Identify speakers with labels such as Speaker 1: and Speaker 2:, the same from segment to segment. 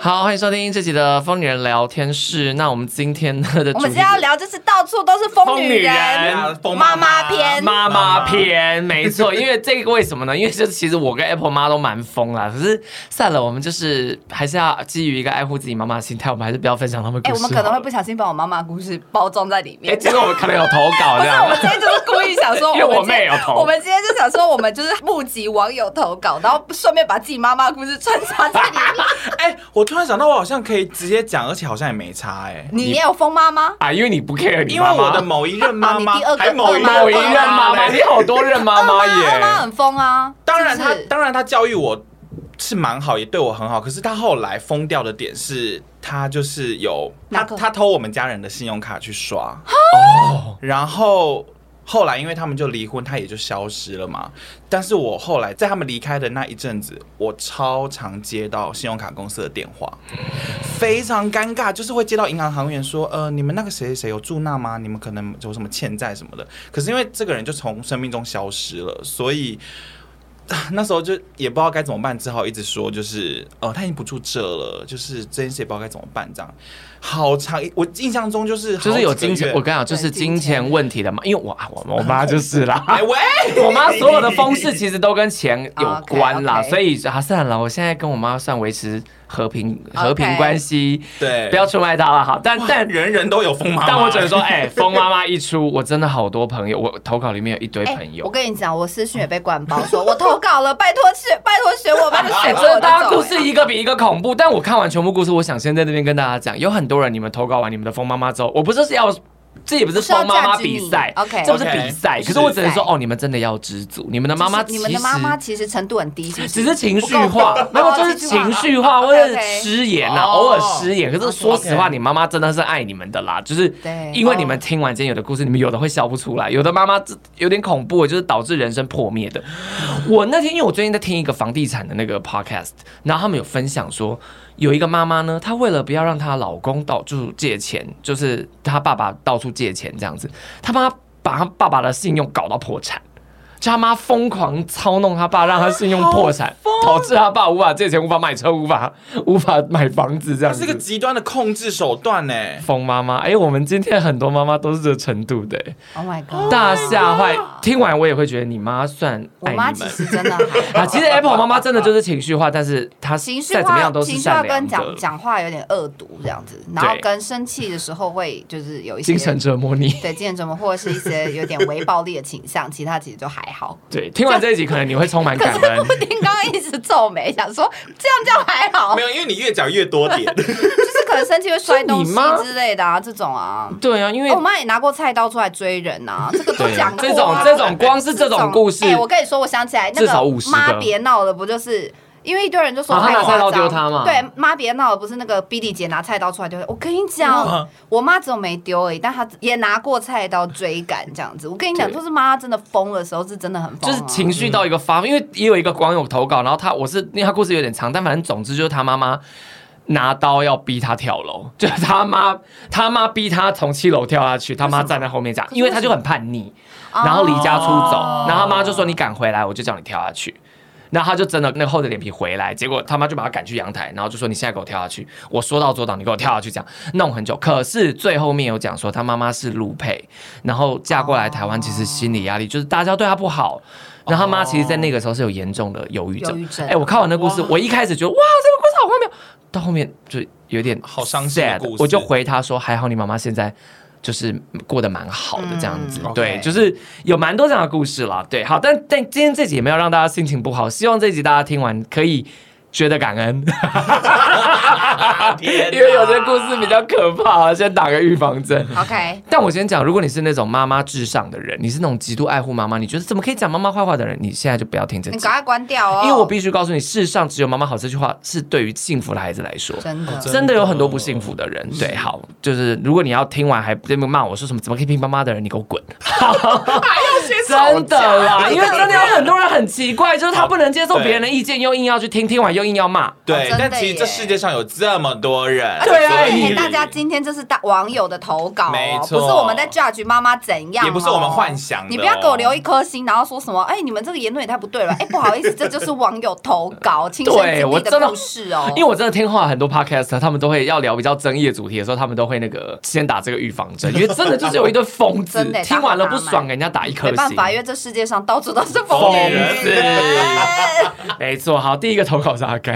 Speaker 1: 好，欢迎收听这集的《疯女人聊天室》。那我们今天呢的
Speaker 2: 我
Speaker 1: 主
Speaker 2: 们今
Speaker 1: 题
Speaker 2: 天要聊就是到处都是疯女 人，
Speaker 1: 人
Speaker 3: 疯
Speaker 2: 妈妈
Speaker 3: 妈
Speaker 2: 篇
Speaker 1: 妈妈篇，没错，因为这个为什么呢？因为就是其实我跟 Apple 妈都蛮疯啦，可是算了，我们就是还是要基于一个爱护自己妈妈的心态，我们还是不要分享他们故
Speaker 4: 哎、
Speaker 1: 事。
Speaker 4: 我们可能会不。小心把我妈妈的故事包装在里
Speaker 1: 哎、
Speaker 4: 面。
Speaker 1: 结果我们可能有投稿
Speaker 4: 不
Speaker 1: 这
Speaker 4: 是，
Speaker 1: 样
Speaker 4: 我。们今天就是故意想 说，
Speaker 1: 因为我
Speaker 4: 们今天
Speaker 1: 妹哦有投
Speaker 4: 我们今天就想说，我们就是募集网友投稿，然后顺便把自己妈妈的故事穿插在里面。
Speaker 3: 哎、我突然想到，我好像可以直接讲，而且好像也没差哎、
Speaker 4: 你也有疯妈妈？
Speaker 1: 啊，因为你不 care 你
Speaker 3: 因为
Speaker 1: 妈妈
Speaker 3: 我的某一任妈
Speaker 4: 啊
Speaker 3: 妈
Speaker 4: 你第二，个
Speaker 3: 还某一
Speaker 1: 某一任
Speaker 3: 任
Speaker 1: 妈妈，
Speaker 3: 嘞
Speaker 1: 你好多任妈妈
Speaker 4: 二妈
Speaker 1: 耶。
Speaker 4: 很疯啊，
Speaker 3: 当然
Speaker 4: 是不
Speaker 3: 她
Speaker 4: 是
Speaker 3: 当然她教育我是蛮好，也对我很好。可是她后来疯掉的点是，她就是有她
Speaker 4: 哪个
Speaker 3: 她偷我们家人的信用卡去刷，
Speaker 1: 哦，
Speaker 3: 然后后来因为他们就离婚，她也就消失了嘛。但是我后来在他们离开的那一阵子，我超常接到信用卡公司的电话，非常尴尬，就是会接到银行行员说，呃，你们那个谁谁谁有住那吗？你们可能有什么欠债什么的。可是因为这个人就从生命中消失了，所以。 啊那时候就也不知道该怎么办，只好一直说就是，呃，他已经不住这了，就是这件事也不知道该怎么办，这样好长。我印象中就是
Speaker 1: 就是有金
Speaker 3: 好几个
Speaker 1: 钱，
Speaker 3: 月
Speaker 1: 我跟你讲，就是
Speaker 4: 对
Speaker 1: 金
Speaker 4: 金
Speaker 1: 钱
Speaker 4: 钱
Speaker 1: 问题的嘛。因为我啊我我 妈就是 啦。
Speaker 3: 哎喂，
Speaker 1: 我妈所有的方 式其实都跟钱
Speaker 4: 哦
Speaker 1: 有关啦
Speaker 4: OK，OK
Speaker 1: 所以啊，算了，我现在跟我妈算维持和平和平
Speaker 4: OK
Speaker 1: 关系
Speaker 3: 对，
Speaker 1: 不要出卖她了哈。但但
Speaker 3: 人人都有疯妈妈，
Speaker 1: 但我只能说，哎、疯妈妈一出，我真的好多朋友，我投稿里面有一堆
Speaker 4: 哎
Speaker 1: 朋友
Speaker 4: 我。跟你讲，我私讯也被灌爆， 说我投稿了，拜托选，拜托选我，拜托
Speaker 1: 哎
Speaker 4: 选
Speaker 1: 真
Speaker 4: 我
Speaker 1: 的，大
Speaker 4: 那
Speaker 1: 家
Speaker 4: 种
Speaker 1: 故事一个比一个恐怖。但我看完全部故事，我想先在这边跟大家讲，有很多人你们投稿完你们的疯妈妈之后，我不是要，这也不是
Speaker 4: 不是要
Speaker 1: 疯妈妈
Speaker 4: 价值你哦
Speaker 1: 比赛
Speaker 4: OK
Speaker 1: 这不是
Speaker 3: OK
Speaker 1: 比赛。可
Speaker 3: 是
Speaker 1: 是我只能说，
Speaker 4: 比赛
Speaker 1: 哦，你们真的要知足，你们的妈妈
Speaker 4: 就
Speaker 1: 其
Speaker 4: 是你
Speaker 1: 实
Speaker 4: 们的妈妈其实程度很低，是不是？
Speaker 1: 只是情绪化
Speaker 4: 不够，
Speaker 1: 没有，
Speaker 4: 哦
Speaker 1: 就是情绪化或者
Speaker 4: OK，OK
Speaker 1: 失言呐，
Speaker 3: 哦
Speaker 1: 偶尔失言。可是说实话，
Speaker 3: OK
Speaker 1: 你妈妈真的是爱你们的啦，就是
Speaker 4: 对
Speaker 1: 因为你们听完今天有的故事，你们有的会笑不出来，有的妈妈这有点恐怖，就是导致人生破灭的。我那天因为我最近在听一个房地产的那个 podcast，然后他们有分享说，有一个妈妈呢，她为了不要让她老公到处借钱，就是她爸爸到处借钱这样子，她妈把她爸爸的信用搞到破产。就他妈疯狂操弄他爸，让他信用破产，导致他爸无法借钱、无法买车、无法 无法买房子，这样
Speaker 3: 它是个
Speaker 1: 子。
Speaker 3: 极端的控制手段欸呢、
Speaker 1: 疯妈妈，哎、我们今天很多妈妈都是这程度的、哎
Speaker 4: Oh my god，
Speaker 1: 大吓坏。听完我也会觉得你妈算
Speaker 4: 我
Speaker 1: 爱你
Speaker 4: 妈
Speaker 1: 们
Speaker 4: 其实真的还
Speaker 1: 啊。其实 Apple 妈妈真的就是情绪化，但是她
Speaker 4: 情绪
Speaker 1: 再怎么
Speaker 4: 化
Speaker 1: 样都，是
Speaker 4: 情绪
Speaker 1: 善
Speaker 4: 化
Speaker 1: 良
Speaker 4: 跟
Speaker 1: 的
Speaker 4: 讲。讲话有点恶毒这样子，然后
Speaker 1: 对
Speaker 4: 跟生气的时候会就是有一些
Speaker 1: 精神折磨 你。
Speaker 4: 对精神折磨，或者是一些有点微暴力的倾向，其他其实就还好。
Speaker 1: 对，听完这一集，可能你会充满
Speaker 4: 可
Speaker 1: 感
Speaker 4: 是
Speaker 1: 恩。
Speaker 4: 布丁刚刚一直皱眉，想说这样就还好，
Speaker 3: 没
Speaker 4: 就
Speaker 3: 有，因为你越讲越多 点，
Speaker 4: 是可能生气会摔东
Speaker 1: 是
Speaker 4: 西
Speaker 1: 你妈
Speaker 4: 之类的啊，这种啊。
Speaker 1: 对啊，因为
Speaker 4: 哦我妈也拿过菜刀出来追人啊，这个都
Speaker 1: 对
Speaker 4: 讲过
Speaker 1: 这种
Speaker 4: 啊
Speaker 1: 这种光是这种故事
Speaker 4: 哎、，我跟你说，我想起来那
Speaker 1: 至少
Speaker 4: 个
Speaker 1: 50
Speaker 4: 妈
Speaker 1: 个
Speaker 4: 别闹了，不就是？因为一堆人就说
Speaker 1: 啊他
Speaker 4: 太
Speaker 1: 拿
Speaker 4: 夸
Speaker 1: 菜刀
Speaker 4: 张
Speaker 1: 丢他嘛
Speaker 4: 对，妈别闹了，不是那个 B 莉姐拿菜刀出来丢他。我跟你讲
Speaker 1: 嗯
Speaker 3: 哇，
Speaker 4: 我妈只有没丢而已，但她也拿过菜刀追赶这样子。我跟你讲，
Speaker 1: 对
Speaker 4: 就是妈真的疯的时候是真的很
Speaker 1: 就
Speaker 4: 疯、啊，
Speaker 1: 是情绪到一个发，因为也有一个网友投稿，然后他我是因为他故事有点长，但反正总之就是他妈妈拿刀要逼他跳楼， 就是他妈他妈逼他从七楼跳下去，他妈站在后面讲，因为他就很叛逆，然后离家出走，
Speaker 4: 哦
Speaker 1: 然后他妈就说你敢回来，我就叫你跳下去。然后他就真的那个厚着脸皮回来，结果他妈就把他赶去阳台，然后就说你现在给我跳下去，我说到做到，你给我跳下去，这样弄很久。可是最后面有讲说他妈妈是陆配，然后嫁
Speaker 4: 哦
Speaker 1: 过来台湾，其实心理压力就是大家对她不好。然后他妈其实，在那个时候是有严重的忧郁症。
Speaker 4: 忧郁症
Speaker 1: 哎，我看完那故事，我一开始觉得哇，这个故事好荒谬，到后面就有点
Speaker 3: 好伤心的
Speaker 1: sad，
Speaker 3: 故事
Speaker 1: 我就回他说，还好你妈妈现在。就是过得蛮好的这样子，
Speaker 3: 嗯
Speaker 1: 对
Speaker 3: OK
Speaker 1: 就是有蛮多这样的故事啦。对，好，但但今天这集也没有让大家心情不好，希望这集大家听完可以觉得感恩，
Speaker 3: 天哪
Speaker 1: 因为有些故事比较可怕，先打个预防针。
Speaker 4: OK，
Speaker 1: 但我先讲，如果你是那种妈妈至上的人，你是那种极度爱护妈妈，你觉得怎么可以讲妈妈坏话的人，你现在就不要听这
Speaker 4: 你
Speaker 1: 集
Speaker 4: 赶，快关掉哦，
Speaker 1: 因为我必须告诉你，世上只有妈妈好这句话是对于幸福的孩子来说。
Speaker 4: 真的。
Speaker 1: 真的有很多不幸福的人，对，好，就是如果你要听完还在那 边骂我说什么怎么可以拼妈妈的人，你给我滚！还要学真的啦，因为真的有很奇怪，就是他不能接受别人的意见，又硬要去听，听完又硬要骂。
Speaker 3: 对，
Speaker 4: 哦真的
Speaker 3: 但其实这
Speaker 4: 耶
Speaker 3: 世界上有这么多人，
Speaker 1: 对啊
Speaker 3: 所
Speaker 4: 而
Speaker 3: 以
Speaker 4: 哎且大家今天这是大网友的投稿、
Speaker 3: 没
Speaker 4: 哦，
Speaker 3: 错
Speaker 4: 不是我们在 judge 妈妈怎样、哦，
Speaker 3: 也不是我们幻想的哦
Speaker 4: 你不要给我留一颗心，然后说什么，哎，你们这个言论也太不对了，哎，不好意思，这就是网友投稿亲身
Speaker 1: 对
Speaker 4: 经
Speaker 1: 我
Speaker 4: 历
Speaker 1: 真的
Speaker 4: 的故事哦。
Speaker 1: 因为我真的听话很多 podcast，他们啊都会要聊比较争议的主题的时候，他们都会那个先打这个预防针，因为真的就是有一堆疯子
Speaker 4: 真的
Speaker 1: 听完了不
Speaker 4: 打满
Speaker 1: 爽，给人家打一颗星。
Speaker 4: 没办法，因为这世界上到处都是疯
Speaker 3: 疯
Speaker 4: 女
Speaker 3: 人
Speaker 4: 人。
Speaker 1: 没错，好，第一个投稿是阿该，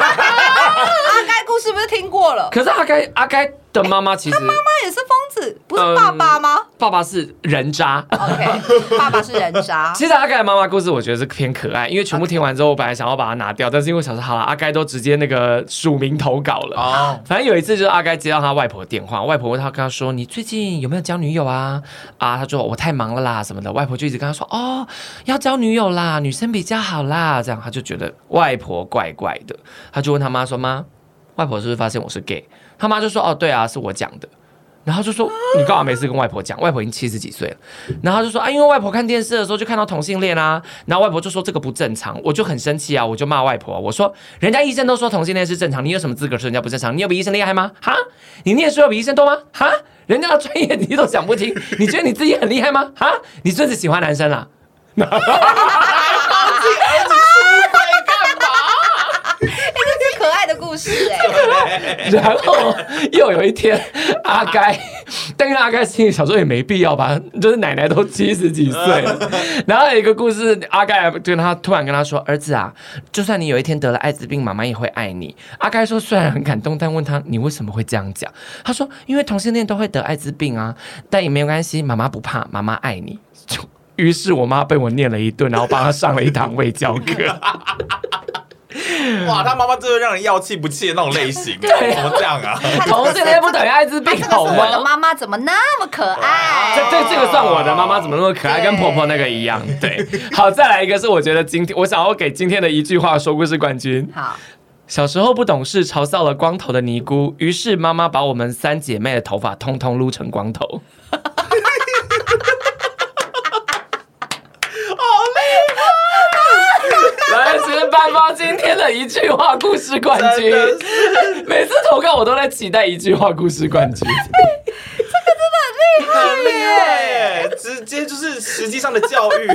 Speaker 4: 阿啊该故事不是听过了？
Speaker 1: 可是阿该阿该的妈妈其实
Speaker 4: 他也是疯子，不是爸
Speaker 3: 嗯
Speaker 4: 爸吗、
Speaker 1: 爸爸是人渣。
Speaker 4: o k 爸爸是人 渣。
Speaker 1: 其实阿盖的妈妈故事，我觉得是偏可爱，因为全部听完之后，我本来想要把它拿掉，但是因为我想说好了，阿盖都直接那个署名投稿了。
Speaker 3: 哦，
Speaker 1: 反正有一次就是阿该接到他外婆的电话，外婆问他跟他说：“你最近有没有交女友啊？”啊，他说：“我太忙了啦什么的。”外婆就一直跟他说：“哦，要交女友啦，女生比较好啦。”这样他就觉得外婆怪怪的，他就问他妈说：“妈，外婆是不是发现我是 gay？” 他妈就说：“哦，对啊，是我讲的。”然后就说你干嘛没事跟外婆讲？外婆已经七十几岁了。然后他就说啊，因为外婆看电视的时候就看到同性恋啊。然后外婆就说这个不正常，我就很生气啊，我就骂外婆，我说人家医生都说同性恋是正常，你有什么资格说人家不正常？你有比医生厉害吗？哈，你念书有比医生多吗？哈，人家的专业你都讲不听，你觉得你自己很厉害吗？哈，你真是喜欢男生啦？
Speaker 4: 这是可爱的故事哎、
Speaker 1: 然后又有一天，阿该，但是阿该心里想说也没必要吧，就是奶奶都七十几岁 了。然后有一个故事，阿该就跟他突然跟他说：“儿子啊，就算你有一天得了艾滋病，妈妈也会爱你。”阿该说虽然很感动，但问他你为什么会这样讲？他说因为同性恋都会得艾滋病啊，但也没有关系，妈妈不怕，妈妈爱 你。就于是我妈被我念了一顿，然后帮她上了一堂卫教 课。
Speaker 4: 嗯
Speaker 3: 哇，他妈妈真的让人要气不气的那种类 型，怎么这样啊？
Speaker 1: 同性恋不等于艾滋病，
Speaker 4: 这个
Speaker 1: 好
Speaker 4: 是我
Speaker 1: 吗
Speaker 4: 的？妈妈，怎么那么可爱？
Speaker 1: 这这这个算我的妈妈怎么那么可爱，
Speaker 4: 对
Speaker 1: 跟婆婆那个一样。对，好，再来一个是我觉得今天我想要给今天的一句话说故事冠军。
Speaker 4: 好，
Speaker 1: 小时候不懂事，嘲笑了光头的尼姑，于是妈妈把我们三姐妹的头发通通撸成光头。 来，请颁发今天的一句话故事冠军
Speaker 3: 真的。
Speaker 1: 每次投稿我都在期待一句话故事冠 军。
Speaker 3: 很厉害耶，直接就是实际上的教 育，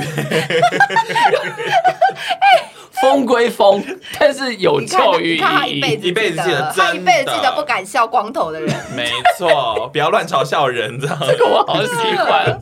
Speaker 1: 疯归疯，但是有
Speaker 4: 你看他
Speaker 1: 教育
Speaker 4: 你看他
Speaker 1: 意
Speaker 4: 一辈
Speaker 1: 义。
Speaker 4: 子
Speaker 3: 一辈子记得
Speaker 4: 他一
Speaker 3: 真
Speaker 4: 辈子记得
Speaker 3: 的
Speaker 4: 不敢笑光头的人。
Speaker 3: 没错，不要乱嘲笑人这样。
Speaker 1: 我好喜 欢。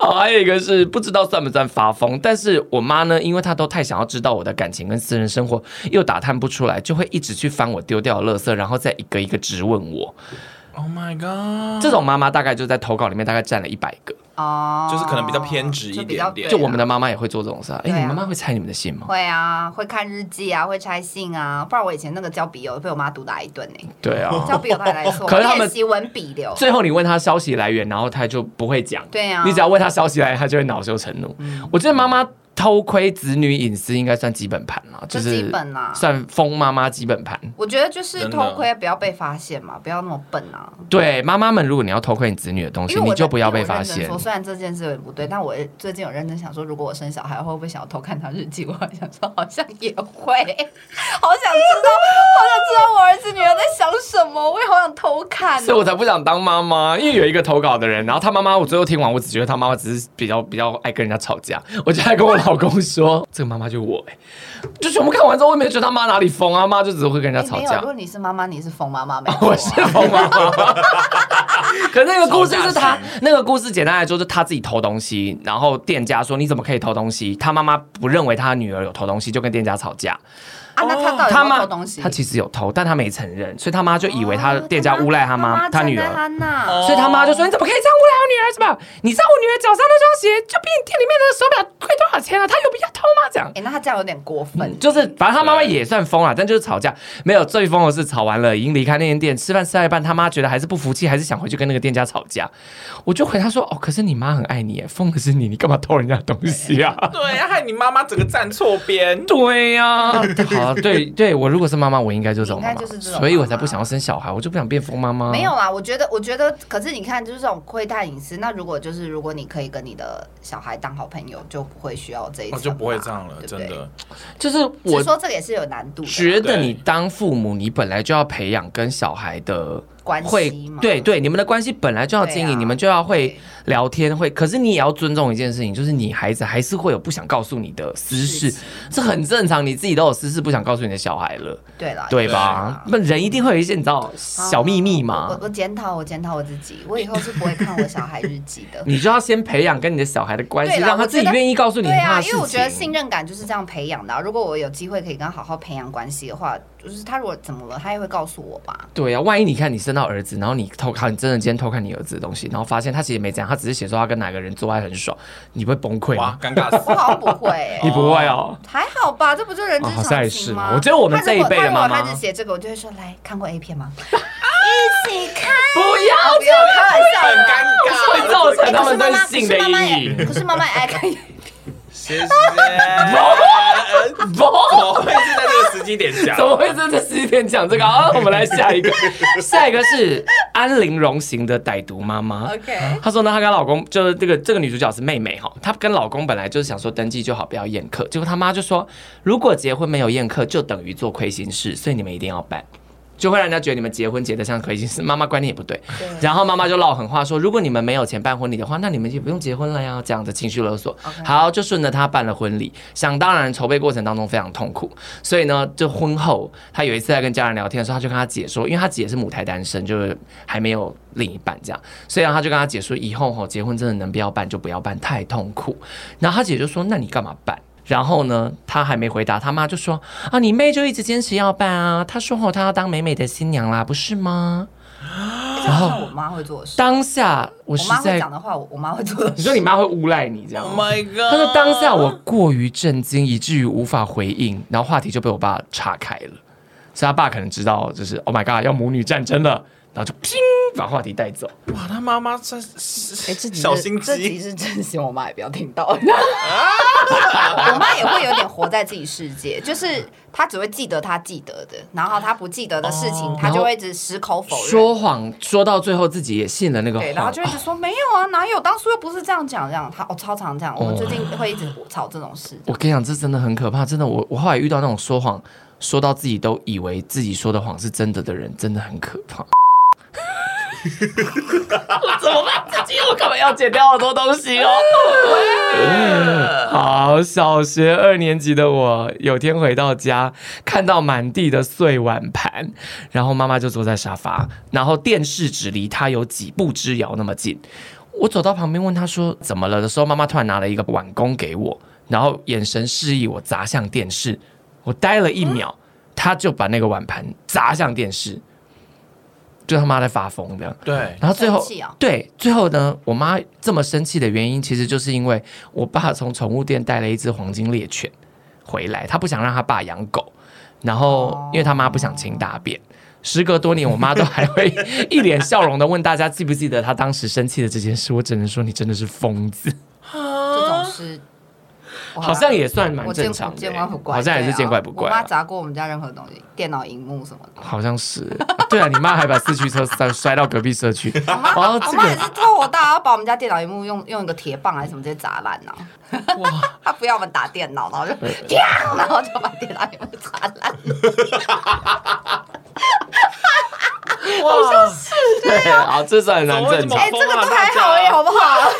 Speaker 1: 好，还有一个是不知道算不算发疯，但是我妈呢，因为她都太想要知道我的感情跟私人生活，又打探不出来，就会一直去翻我丢掉的垃圾，然后再一个一个质问我。
Speaker 4: 哦
Speaker 3: Oh my god，
Speaker 1: 这种妈妈大概就在投稿里面大概占了一百个。
Speaker 4: 哦，
Speaker 3: 就是可能比较偏执一点点
Speaker 4: 比较
Speaker 1: 就我们的
Speaker 4: 对啊
Speaker 1: 妈妈也会做这种事啊。哎、
Speaker 4: 对啊
Speaker 1: 你妈妈会猜你们的信吗？
Speaker 4: 会啊，会看日记啊，会拆信啊，不然我以前那个交笔友被我妈毒打一顿呢、
Speaker 1: 对
Speaker 4: 交
Speaker 1: 啊。
Speaker 4: 笔友她也来说，
Speaker 1: 可是他们
Speaker 4: 练习文笔流。
Speaker 1: 最后你问她消息来源，然后她就不会讲。
Speaker 4: 对啊嗯
Speaker 1: 你只要问她消息来源，她就会恼羞成怒。我觉得妈妈偷窥子女隐私应该算基本盘啦，就
Speaker 4: 这
Speaker 1: 是
Speaker 4: 基本啦
Speaker 1: 算疯妈妈基本盘。
Speaker 4: 我觉得就是
Speaker 3: 真的
Speaker 4: 偷窥，不要被发现嘛，不要那么笨啊。
Speaker 1: 对，妈妈们，如果你要偷窥你子女的东
Speaker 4: 因
Speaker 1: 西，
Speaker 4: 为我
Speaker 1: 你
Speaker 4: 认
Speaker 1: 哦就不要被
Speaker 4: 因为我
Speaker 1: 发
Speaker 4: 认真
Speaker 1: 现
Speaker 4: 说。虽然这件事有点不对，但我最近有认真想说，如果我生小孩，会不会想要偷看他日记？我好想说，好像也 会，好想知道，好想知道我儿子女儿在想什么，我也好想偷看、哦。
Speaker 1: 所以我才不想当妈妈，因为有一个投稿的人，然后他妈妈，我最后听完，我只觉得他妈妈只是比较比较爱跟人家吵架，我就还跟我老公说， 这个妈妈就我、欸，就全部看完之后，我也没觉得他妈哪里疯啊，妈就只会跟人家
Speaker 4: 哎
Speaker 1: 吵
Speaker 4: 没有，
Speaker 1: 架
Speaker 4: 如。果你是妈妈，你是疯妈妈，没 错、啊
Speaker 1: 我是疯妈妈，可是那个故事是
Speaker 3: 吵
Speaker 1: 他
Speaker 3: 架
Speaker 1: 那个故事，简单来说，就是他自己偷东西，然后店家说你怎么可以偷东西？他妈妈不认为他女儿有偷东西，就跟店家吵架。
Speaker 4: 啊，那他到
Speaker 1: 哦
Speaker 4: 底
Speaker 1: 他
Speaker 4: 有没
Speaker 1: 妈
Speaker 4: 有偷东西？
Speaker 1: 他其实有偷，但他没承认，所以他妈就以为他
Speaker 4: 哦
Speaker 1: 店家
Speaker 2: 啊
Speaker 1: 诬赖他妈，他
Speaker 4: 站
Speaker 1: 女
Speaker 4: 在
Speaker 1: 儿。
Speaker 4: 他那
Speaker 3: 哦
Speaker 1: 所以他妈就说：“你怎么可以这样诬赖我女儿？是吧？你知道我女儿脚上那双鞋就比你店里面的手表贵多少钱了、她啊有必要偷吗？”这样
Speaker 4: 哎、那他这样有点过分。
Speaker 1: 就是，反正他妈妈也算疯了，但就是吵架。没有最疯的是吵完了，已经离开那间店，吃饭吃到一半，他妈觉得还是不服气，还是想回去跟那个店家吵架。我就回他说：“哦，可是你妈很爱你耶，疯的是你，你干嘛偷人家的东西啊？”
Speaker 3: 对啊，害你妈妈整个站错边。
Speaker 1: 对呀、好，对对，我如果是妈妈，我应该就这种妈
Speaker 4: 应该
Speaker 1: 妈
Speaker 4: 就是这，种妈妈
Speaker 1: 所以我才不想要生小孩，我就不想变疯妈妈。
Speaker 4: 没有啦，我觉得，我觉得，可是你看，就是这种窥探隐私。那如果就是，如果你可以跟你的小孩当好朋友，就不会需要这一
Speaker 3: 哦
Speaker 4: 层吧、
Speaker 3: 就不会这样棒了，
Speaker 4: 对不
Speaker 3: 真
Speaker 4: 对
Speaker 3: 的。
Speaker 1: 就是
Speaker 4: 只
Speaker 1: 我
Speaker 4: 是说这个也是有难度的啦，
Speaker 1: 觉得
Speaker 3: 对
Speaker 1: 你当父母，你本来就要培养跟小孩的
Speaker 4: 关
Speaker 1: 会
Speaker 4: 系嘛，
Speaker 1: 对对，你们的关系本来就要经营，
Speaker 4: 对啊
Speaker 1: 你们就要会
Speaker 4: 对
Speaker 1: 聊天，会。可是你也要尊重一件事情，就是你孩子还是会有不想告诉你的私事
Speaker 4: 事情，
Speaker 1: 这很正常。你自己都有私事不想告诉你的小孩了，
Speaker 4: 啊对啊啦，
Speaker 1: 对
Speaker 4: 也是
Speaker 1: 吧
Speaker 4: 啦？
Speaker 1: 那人一定会有一些你知道小秘密
Speaker 4: 我
Speaker 1: 嘛。
Speaker 4: 我，我检讨，我检讨我自己，我以后是不会看我小孩日记的
Speaker 1: 你就要先培养跟你的小孩的关系，
Speaker 4: 对啦
Speaker 1: 让他
Speaker 4: 我
Speaker 1: 自己
Speaker 4: 觉得
Speaker 1: 愿意告诉你
Speaker 4: 对
Speaker 1: 他
Speaker 4: 啊，
Speaker 1: 的
Speaker 4: 因
Speaker 1: 事
Speaker 4: 为我觉得信
Speaker 1: 情。
Speaker 4: 任感就是这样培养的啊、如果我有机会可以跟他好好培养关系的话，就是他如果怎么了，他也会告诉我吧。
Speaker 1: 对啊，万一你看你生到儿子，然后你偷看，你真的今天偷看你儿子的东西，然后发现他其实没怎样，他只是写说他跟哪个人做爱很爽，你会崩溃
Speaker 3: 哇
Speaker 1: 吗，？
Speaker 3: 尴尬
Speaker 4: 我
Speaker 3: 死！
Speaker 4: 好像不会、 欸
Speaker 1: 你不会哦。
Speaker 4: 还好吧，这不就人之
Speaker 1: 哦好像
Speaker 4: 常
Speaker 1: 也
Speaker 4: 情
Speaker 1: 是
Speaker 4: 吗？
Speaker 1: 哦我觉得我们
Speaker 4: 他如
Speaker 1: 这一
Speaker 4: 果
Speaker 1: 辈的
Speaker 4: 他如果
Speaker 1: 妈妈
Speaker 4: 开始写这个，我就会说：“来看过 A 片吗？”
Speaker 1: 不要
Speaker 4: 不要开玩笑
Speaker 3: 很
Speaker 4: 的，
Speaker 3: 尴
Speaker 1: 会
Speaker 3: 尬，
Speaker 1: 造成
Speaker 4: 哎
Speaker 1: 他
Speaker 4: 可是
Speaker 1: 们
Speaker 4: 妈
Speaker 1: 对
Speaker 4: 妈，可
Speaker 1: 性
Speaker 4: 是
Speaker 1: 的
Speaker 4: 妈妈
Speaker 1: 阴
Speaker 4: 也，
Speaker 1: 影。
Speaker 4: 可是妈妈也爱看，
Speaker 3: 谢谢。怎
Speaker 1: 不，
Speaker 3: 么会是在这个时机点讲
Speaker 1: 怎？么会在这十一点讲这个啊？我们来下 一个，下一个是安陵容型的歹毒妈妈。
Speaker 4: OK，
Speaker 1: 她说呢，她跟老公就是这个这个女主角是妹妹哈，她跟老公本来就是想说登记就好，不要宴客，结果她妈就说，如果结婚没有宴客，就等于做亏心事，所以你们一定要办。就会让人家觉得你们结婚结得像亏心事，妈妈观念也不对。然后妈妈就唠狠话说，如果你们没有钱办婚礼的话，那你们就不用结婚了呀。这样的情绪勒索
Speaker 4: OK
Speaker 1: 好，就顺着她办了婚礼。想当然，筹备过程当中非常痛苦，所以呢，就婚后她有一次在跟家人聊天的时候，她就跟她姐说，因为她姐是母胎单身，就是还没有另一半这样，所以她就跟她姐说，以后吼结婚真的能不要办就不要办，太痛苦。然后她姐就说，那你干嘛办？然后呢，她还没回答，她妈就说：“啊，你妹就一直坚持要办啊，她说吼，她要当美美的新娘啦，不是吗？”
Speaker 4: 这好像我妈会做的事。
Speaker 1: 当下我
Speaker 4: 我
Speaker 1: 是
Speaker 4: 妈会
Speaker 1: 在
Speaker 4: 讲，的话，我我妈会做的
Speaker 1: 你
Speaker 4: 事。
Speaker 1: 说你妈会诬赖你这样
Speaker 3: Oh
Speaker 1: 吗？
Speaker 3: my god！
Speaker 1: 他说当下我过于震惊，以至于无法回应，然后话题就被我爸岔开了。所以他爸可能知道，就是 Oh my God，要母女战争了，然后就砰把话题带走。
Speaker 3: 哇，他妈妈真
Speaker 4: 哎，
Speaker 3: 是
Speaker 4: 这集是
Speaker 3: 小心
Speaker 4: 这集
Speaker 3: 机，
Speaker 4: 是真心，我妈也不要 听到。我妈也会有点活在自己世界，就是她只会记得她记得的，然后她不记得的事情，她就会一直矢口否认。
Speaker 1: 说谎说到最后自己也信了那个
Speaker 4: 对，然后
Speaker 1: 谎
Speaker 4: 就。一直说没有啊，哪有？当初又不是这样讲，这样她哦，超常这样。我们
Speaker 1: 哦
Speaker 4: 最近会一直吵这种事。
Speaker 1: 我跟你讲，这真的很可怕，真的。我我后来遇到那种说谎说到自己都以为自己说的谎是真的的人，真的很可怕。怎么办？这句我可能要剪掉好多东西哦。好，小学二年级的我有天回到家，看到满地的碎碗盘，然后妈妈就坐在沙发，然后电视只离她有几步之遥那么近。我走到旁边问她说怎么了的时候，妈妈突然拿了一个碗弓给我，然后眼神示意我砸向电视。我呆了一秒，
Speaker 4: 嗯
Speaker 1: 她就把那个碗盘砸向电视，就他妈在发疯这样。
Speaker 3: 对，
Speaker 1: 然后最后
Speaker 4: 生气啊，
Speaker 1: 对，最后呢，我妈这么生气的原因，其实就是因为我爸从宠物店带了一只黄金猎犬回来，他不想让他爸养狗，然后因为他妈不想清大便。时隔多年，我妈都还会一脸笑容的问大家记不记得她当时生气的这件事。我只能说，你真的是疯子，
Speaker 4: 这种事我
Speaker 1: 好像也算蛮
Speaker 4: 我见
Speaker 1: 正常的
Speaker 4: 见怪不
Speaker 1: 欸，
Speaker 4: 怪，
Speaker 1: 好像也是
Speaker 4: 对啊
Speaker 1: 见怪不怪
Speaker 4: 我妈
Speaker 1: 啊。
Speaker 4: 砸过我们家任何东西，电脑荧幕什么的。
Speaker 1: 好像是， 对啊，你妈还把四驱车摔摔到隔壁社区。 哦，
Speaker 4: 我
Speaker 1: 这
Speaker 4: 妈也
Speaker 1: 个
Speaker 4: 是透火大，然后把我们家电脑荧幕用用一个铁棒还是什么直接砸烂呐、哇！她不要我们打电脑，然后就啪，然后就把电脑荧幕砸烂。
Speaker 3: 哇，
Speaker 1: 对，
Speaker 4: 啊
Speaker 1: 好，这算很难
Speaker 3: 怎么会
Speaker 1: 正
Speaker 3: 这
Speaker 1: 常
Speaker 3: 么
Speaker 4: 哎、。这个都还好哎、好不好？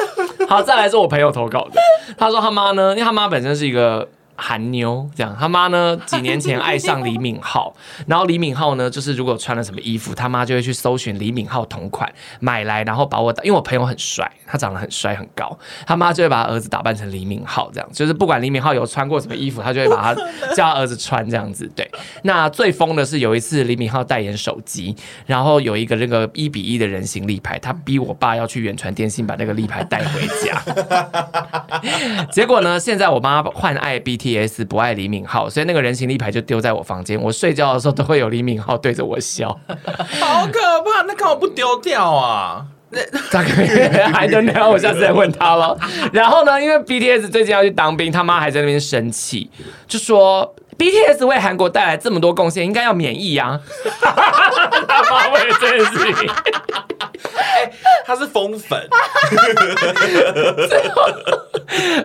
Speaker 1: 好，再来是我朋友投稿的，他说他妈呢，因为他妈本身是一个。韩妞这样，他妈呢几年前爱上李敏镐， 然后李敏镐呢，就是如果穿了什么衣服，他妈就会去搜寻李敏镐同款买来，然后把我打，因为我朋友很帅，他长得很帅很高，他妈就会把儿子打扮成李敏镐这样，就是不管李敏镐有穿过什么衣服，他就会把他叫他儿子穿这样子。对，那最疯的是有一次李敏镐代言手机，然后有一个那个一比一的人形立牌，他逼我爸要去远传电信把那个立牌带回家。 结果呢，现在我妈患爱 BTS，不爱李敏镐，所以那个人形立牌就丢在我房间。我睡觉的时候都会有李敏镐对着我笑。
Speaker 3: 好可怕！那干嘛不丢掉啊？
Speaker 1: 大概 I don't know，我下次再问他了。然后呢，因为 BTS 最近要去当兵，他妈还在那边生气，就说 BTS 为韩国带来这么多贡献，应该要免疫啊。他吗？为了这件事情，
Speaker 3: 他是疯粉，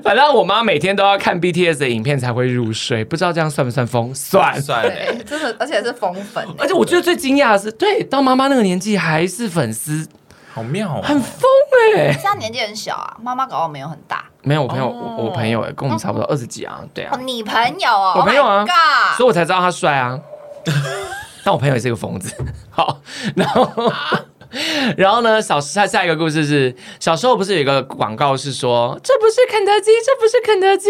Speaker 1: 反正我妈每天都要看 BTS 的影片才会入睡，不知道这样算不算疯？算。
Speaker 3: 算了，
Speaker 4: 对，真的，而且是疯粉欸，
Speaker 1: 而且我觉得最惊讶的是，对，到妈妈那个年纪还是粉丝，
Speaker 3: 好妙哦，
Speaker 1: 很疯哎、
Speaker 4: 现在年纪很小啊，妈妈搞不好没有很大。
Speaker 1: 没有，我朋友，
Speaker 3: 哦
Speaker 1: 我我朋友哎、跟我们差不多二十几啊，对啊
Speaker 4: 哦，，你朋友哦，
Speaker 1: 我朋友啊
Speaker 4: Oh my
Speaker 1: 所以
Speaker 4: God，
Speaker 1: 我才知道他帅 啊。但我朋友也是一个疯子。 好，然后。
Speaker 4: 啊
Speaker 1: 然后呢？小下下一个故事是，小时候不是有一个广告是说，这不是肯德基，这不是肯德基，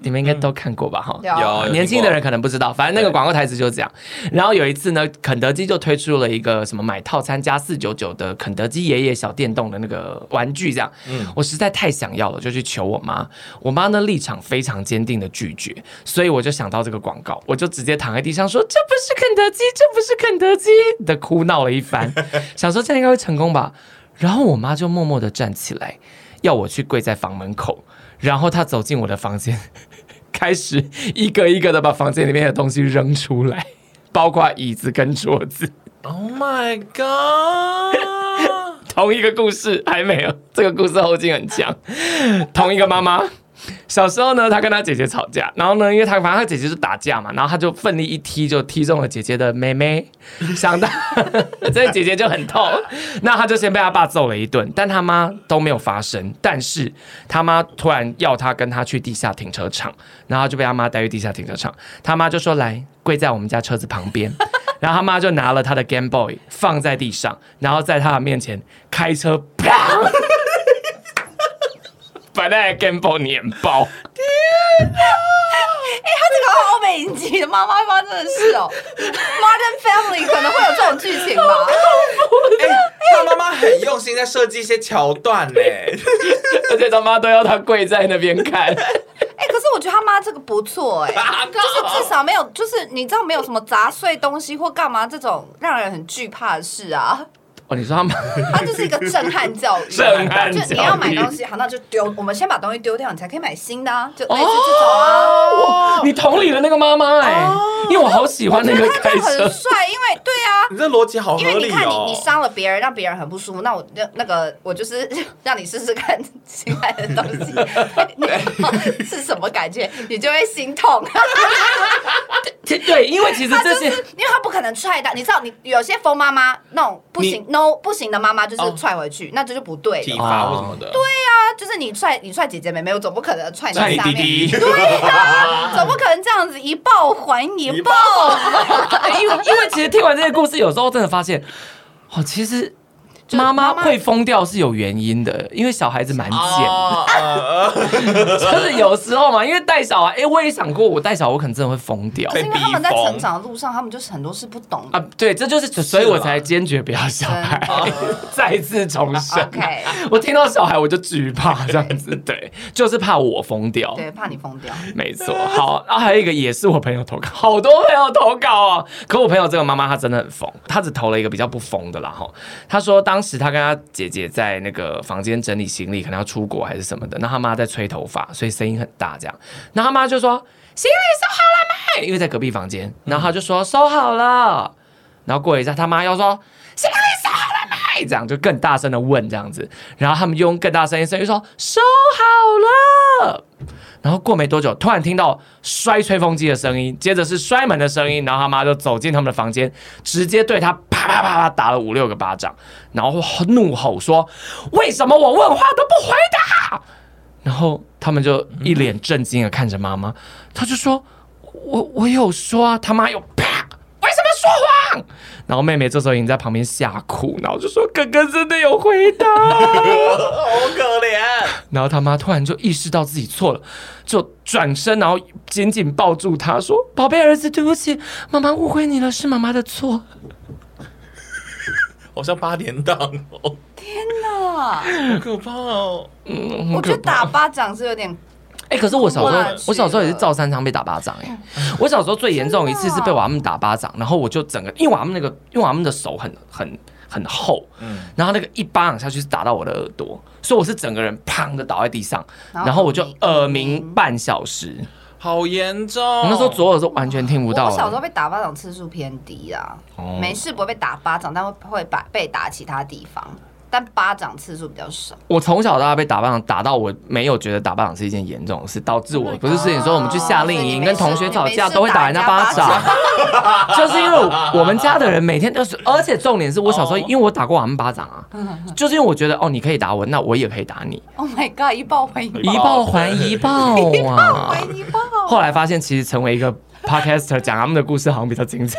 Speaker 1: 你们应该
Speaker 4: 嗯
Speaker 1: 都看过吧？哈、
Speaker 4: 有
Speaker 3: 哦有
Speaker 1: 年轻的人可能不知道，反正那个广告台词就是这样。然后有一次呢，肯德基就推出了一个什么买套餐加四九九的肯德基爷爷小电动的那个玩具，这样。我实在太想要了，就去求我妈。我妈呢立场非常坚定的拒绝，所以我就想到这个广告，我就直接躺在地上说：“这不是肯德基，这不是肯德基！”的哭闹了一番，想说这样应该会成功吧。然后我妈就默默的站起来，要我去跪在房门口。然后她走进我的房间， 开始一个一个的把房间里面的东西扔出来， 包括椅子跟桌子。
Speaker 3: ，Oh my God，
Speaker 1: 同一个故事还没有， 这个故事后劲很强。 同一个妈妈，小时候呢，她跟她姐姐吵架，然后呢，因为她反正她姐姐是打架嘛，然后她就奋力一踢，就踢中了姐姐的妹妹， 想到所以姐姐就很痛，那她就先被她爸揍了一顿，但她妈都没有发生，但是她妈突然要她跟她去地下停车场，然后就被她妈带去地下停车场，她妈就说来跪在我们家车子旁边。 然后他妈就拿了他的 Game Boy 放在地上，然后在他的面前开车，啪， 把那个 Game Boy 碾爆。
Speaker 4: 他这个好欧美影集的妈妈妈真的是哦，Modern Family 可能会有这种剧情吧？
Speaker 3: 哎，他妈妈很用心在设计一些桥段 呢，
Speaker 1: 而且他妈都要他跪在那边看，
Speaker 4: 哎、可是我觉得他妈这个不错哎、就是至少没有，就是你知道没有什么砸碎东西或干嘛这种让人很惧怕的事啊，
Speaker 1: 哦，你说他妈
Speaker 4: 它就是一个震撼教育。
Speaker 1: 震撼教育
Speaker 4: 就你要买东西，好，那就丢，我们先把东西丢掉，你才可以买新的啊，就类似这种啊。
Speaker 1: 哦， 你同理了那个妈妈哎、因为我好喜欢那 个
Speaker 4: 哦这
Speaker 1: 开
Speaker 4: 样
Speaker 1: 车
Speaker 4: 很，帅，因为对啊，
Speaker 3: 你这逻辑好
Speaker 4: 因为
Speaker 3: 合
Speaker 4: 你
Speaker 3: 理
Speaker 4: 看你
Speaker 3: 哦
Speaker 4: 你。伤了别人，让别人很不舒服，那我那那个我就是 让你试试看心爱的东 西你 是什么感觉，你就会心痛。
Speaker 1: 其对，因为其实
Speaker 4: 他
Speaker 1: 这
Speaker 4: 就是
Speaker 1: 些。
Speaker 4: 因为他不可能踹到，你知道，你有些疯妈妈那种不行，no 不行的妈妈就是踹回去，那这就不对
Speaker 3: 哦体
Speaker 4: 了。
Speaker 3: 罚或什么
Speaker 4: 哦
Speaker 3: 的，对，
Speaker 4: 那就是你踹你踹姐姐妹妹，我总不可能踹你
Speaker 3: 那你
Speaker 4: 下
Speaker 3: 哎弟
Speaker 4: 面。
Speaker 3: 弟，
Speaker 4: 对啊，总不可能这样子一报还一报。
Speaker 1: 啊因为因为其实听完这些故事，有时候真的发现，哦，其实
Speaker 4: 就
Speaker 1: 妈妈
Speaker 4: 妈妈
Speaker 1: 会疯掉是有原因的，因为小孩子蛮贱的。
Speaker 3: 哦呃呃
Speaker 1: 就是有时候嘛，因为带小孩，哎、我也想过，我带小孩，我可能真的会疯掉
Speaker 3: 对
Speaker 4: 因为他们在成长的路上，他们就是很多事不懂。
Speaker 1: 啊！对，这就是，所以我才坚决不要小孩， 再次重生。
Speaker 4: 啊 OK，
Speaker 1: 我听到小孩我就惧怕，这样子，对，就是怕我疯掉。
Speaker 4: 对，怕你疯掉。
Speaker 1: 没错，好，然、后还有一个也是我朋友投稿，好多朋友投稿哦。可我朋友这个妈妈她真的很疯，她只投了一个比较不疯的啦哈。她说当时她跟她姐姐在那个房间整理行李，可能要出国还是什么的，那她妈在吹头发，所以声音很大这样。那她妈就说行李收好了没？因为在隔壁房间，然后她就说收好了。然后过了一下，他妈又说行李收好了没？这样就更大声的问这样子，然后他们用更大声音声音说收好了。然后过没多久，突然听到摔吹风机的声音，接着是摔门的声音，然后他妈就走进他们的房间，直接对他啪啪啪啪打了五六个巴掌，然后怒吼说：“为什么我问话都不回答？”然后他们就一脸震惊的看着妈妈，他就说：“我我有说啊，他妈有啪，为什么说谎？”然后妹妹这时候已经在旁边吓哭，然后就说：“哥哥真的有回答。”
Speaker 3: 好可怜，
Speaker 1: 然后他妈突然就意识到自己错了，就转身，然后紧紧抱住他说：“宝贝儿子，对不起，妈妈误会你了，是妈妈的错。
Speaker 3: 好像八点档哦，
Speaker 4: 啊，
Speaker 3: 好可怕哦。”
Speaker 1: 嗯，
Speaker 4: 我
Speaker 1: 很可
Speaker 4: 觉得
Speaker 3: 啊
Speaker 1: 怕
Speaker 4: 打。巴掌是有点
Speaker 1: 哎、可是我小时候
Speaker 4: 哇，
Speaker 1: 我小时候也是照三张被打巴掌哎、我小时候最严重一次是被我阿姆打巴掌，然后我就整个，因为我阿姆那个，因为我阿姆的手很很很厚，
Speaker 4: 嗯
Speaker 1: 然后那个一巴掌下去是打到我的耳朵，所以我是整个人砰的倒在地地上，
Speaker 4: 然后
Speaker 1: 然后我就
Speaker 4: 耳鸣
Speaker 1: 耳鸣半小时。
Speaker 3: 好严重。
Speaker 1: 我那时候左耳是完全听不到
Speaker 4: 我
Speaker 1: 的。
Speaker 4: 小时候被打巴掌次数偏低啊，
Speaker 1: 哦
Speaker 4: 没事不会被打巴掌，但会会把被打其他地方，但巴掌次数比较少。
Speaker 1: 我从小到大被打巴掌，打到我没有觉得打巴掌是一件严重的事，导致我不是之前说我们去夏令营跟同学吵架都会打人家巴 掌，就是因为我们家的人每天都是，而且重点是我小时候，
Speaker 3: 哦
Speaker 1: 因为我打过他们巴掌啊，就是因为我觉得哦你可以打我，那我也可以打你，
Speaker 4: Oh my god！一报还一
Speaker 3: 一
Speaker 1: 一报还一报啊
Speaker 4: 还。一报，
Speaker 1: 后来发现其实成为一个 podcaster 讲他们的故事好像比较精彩，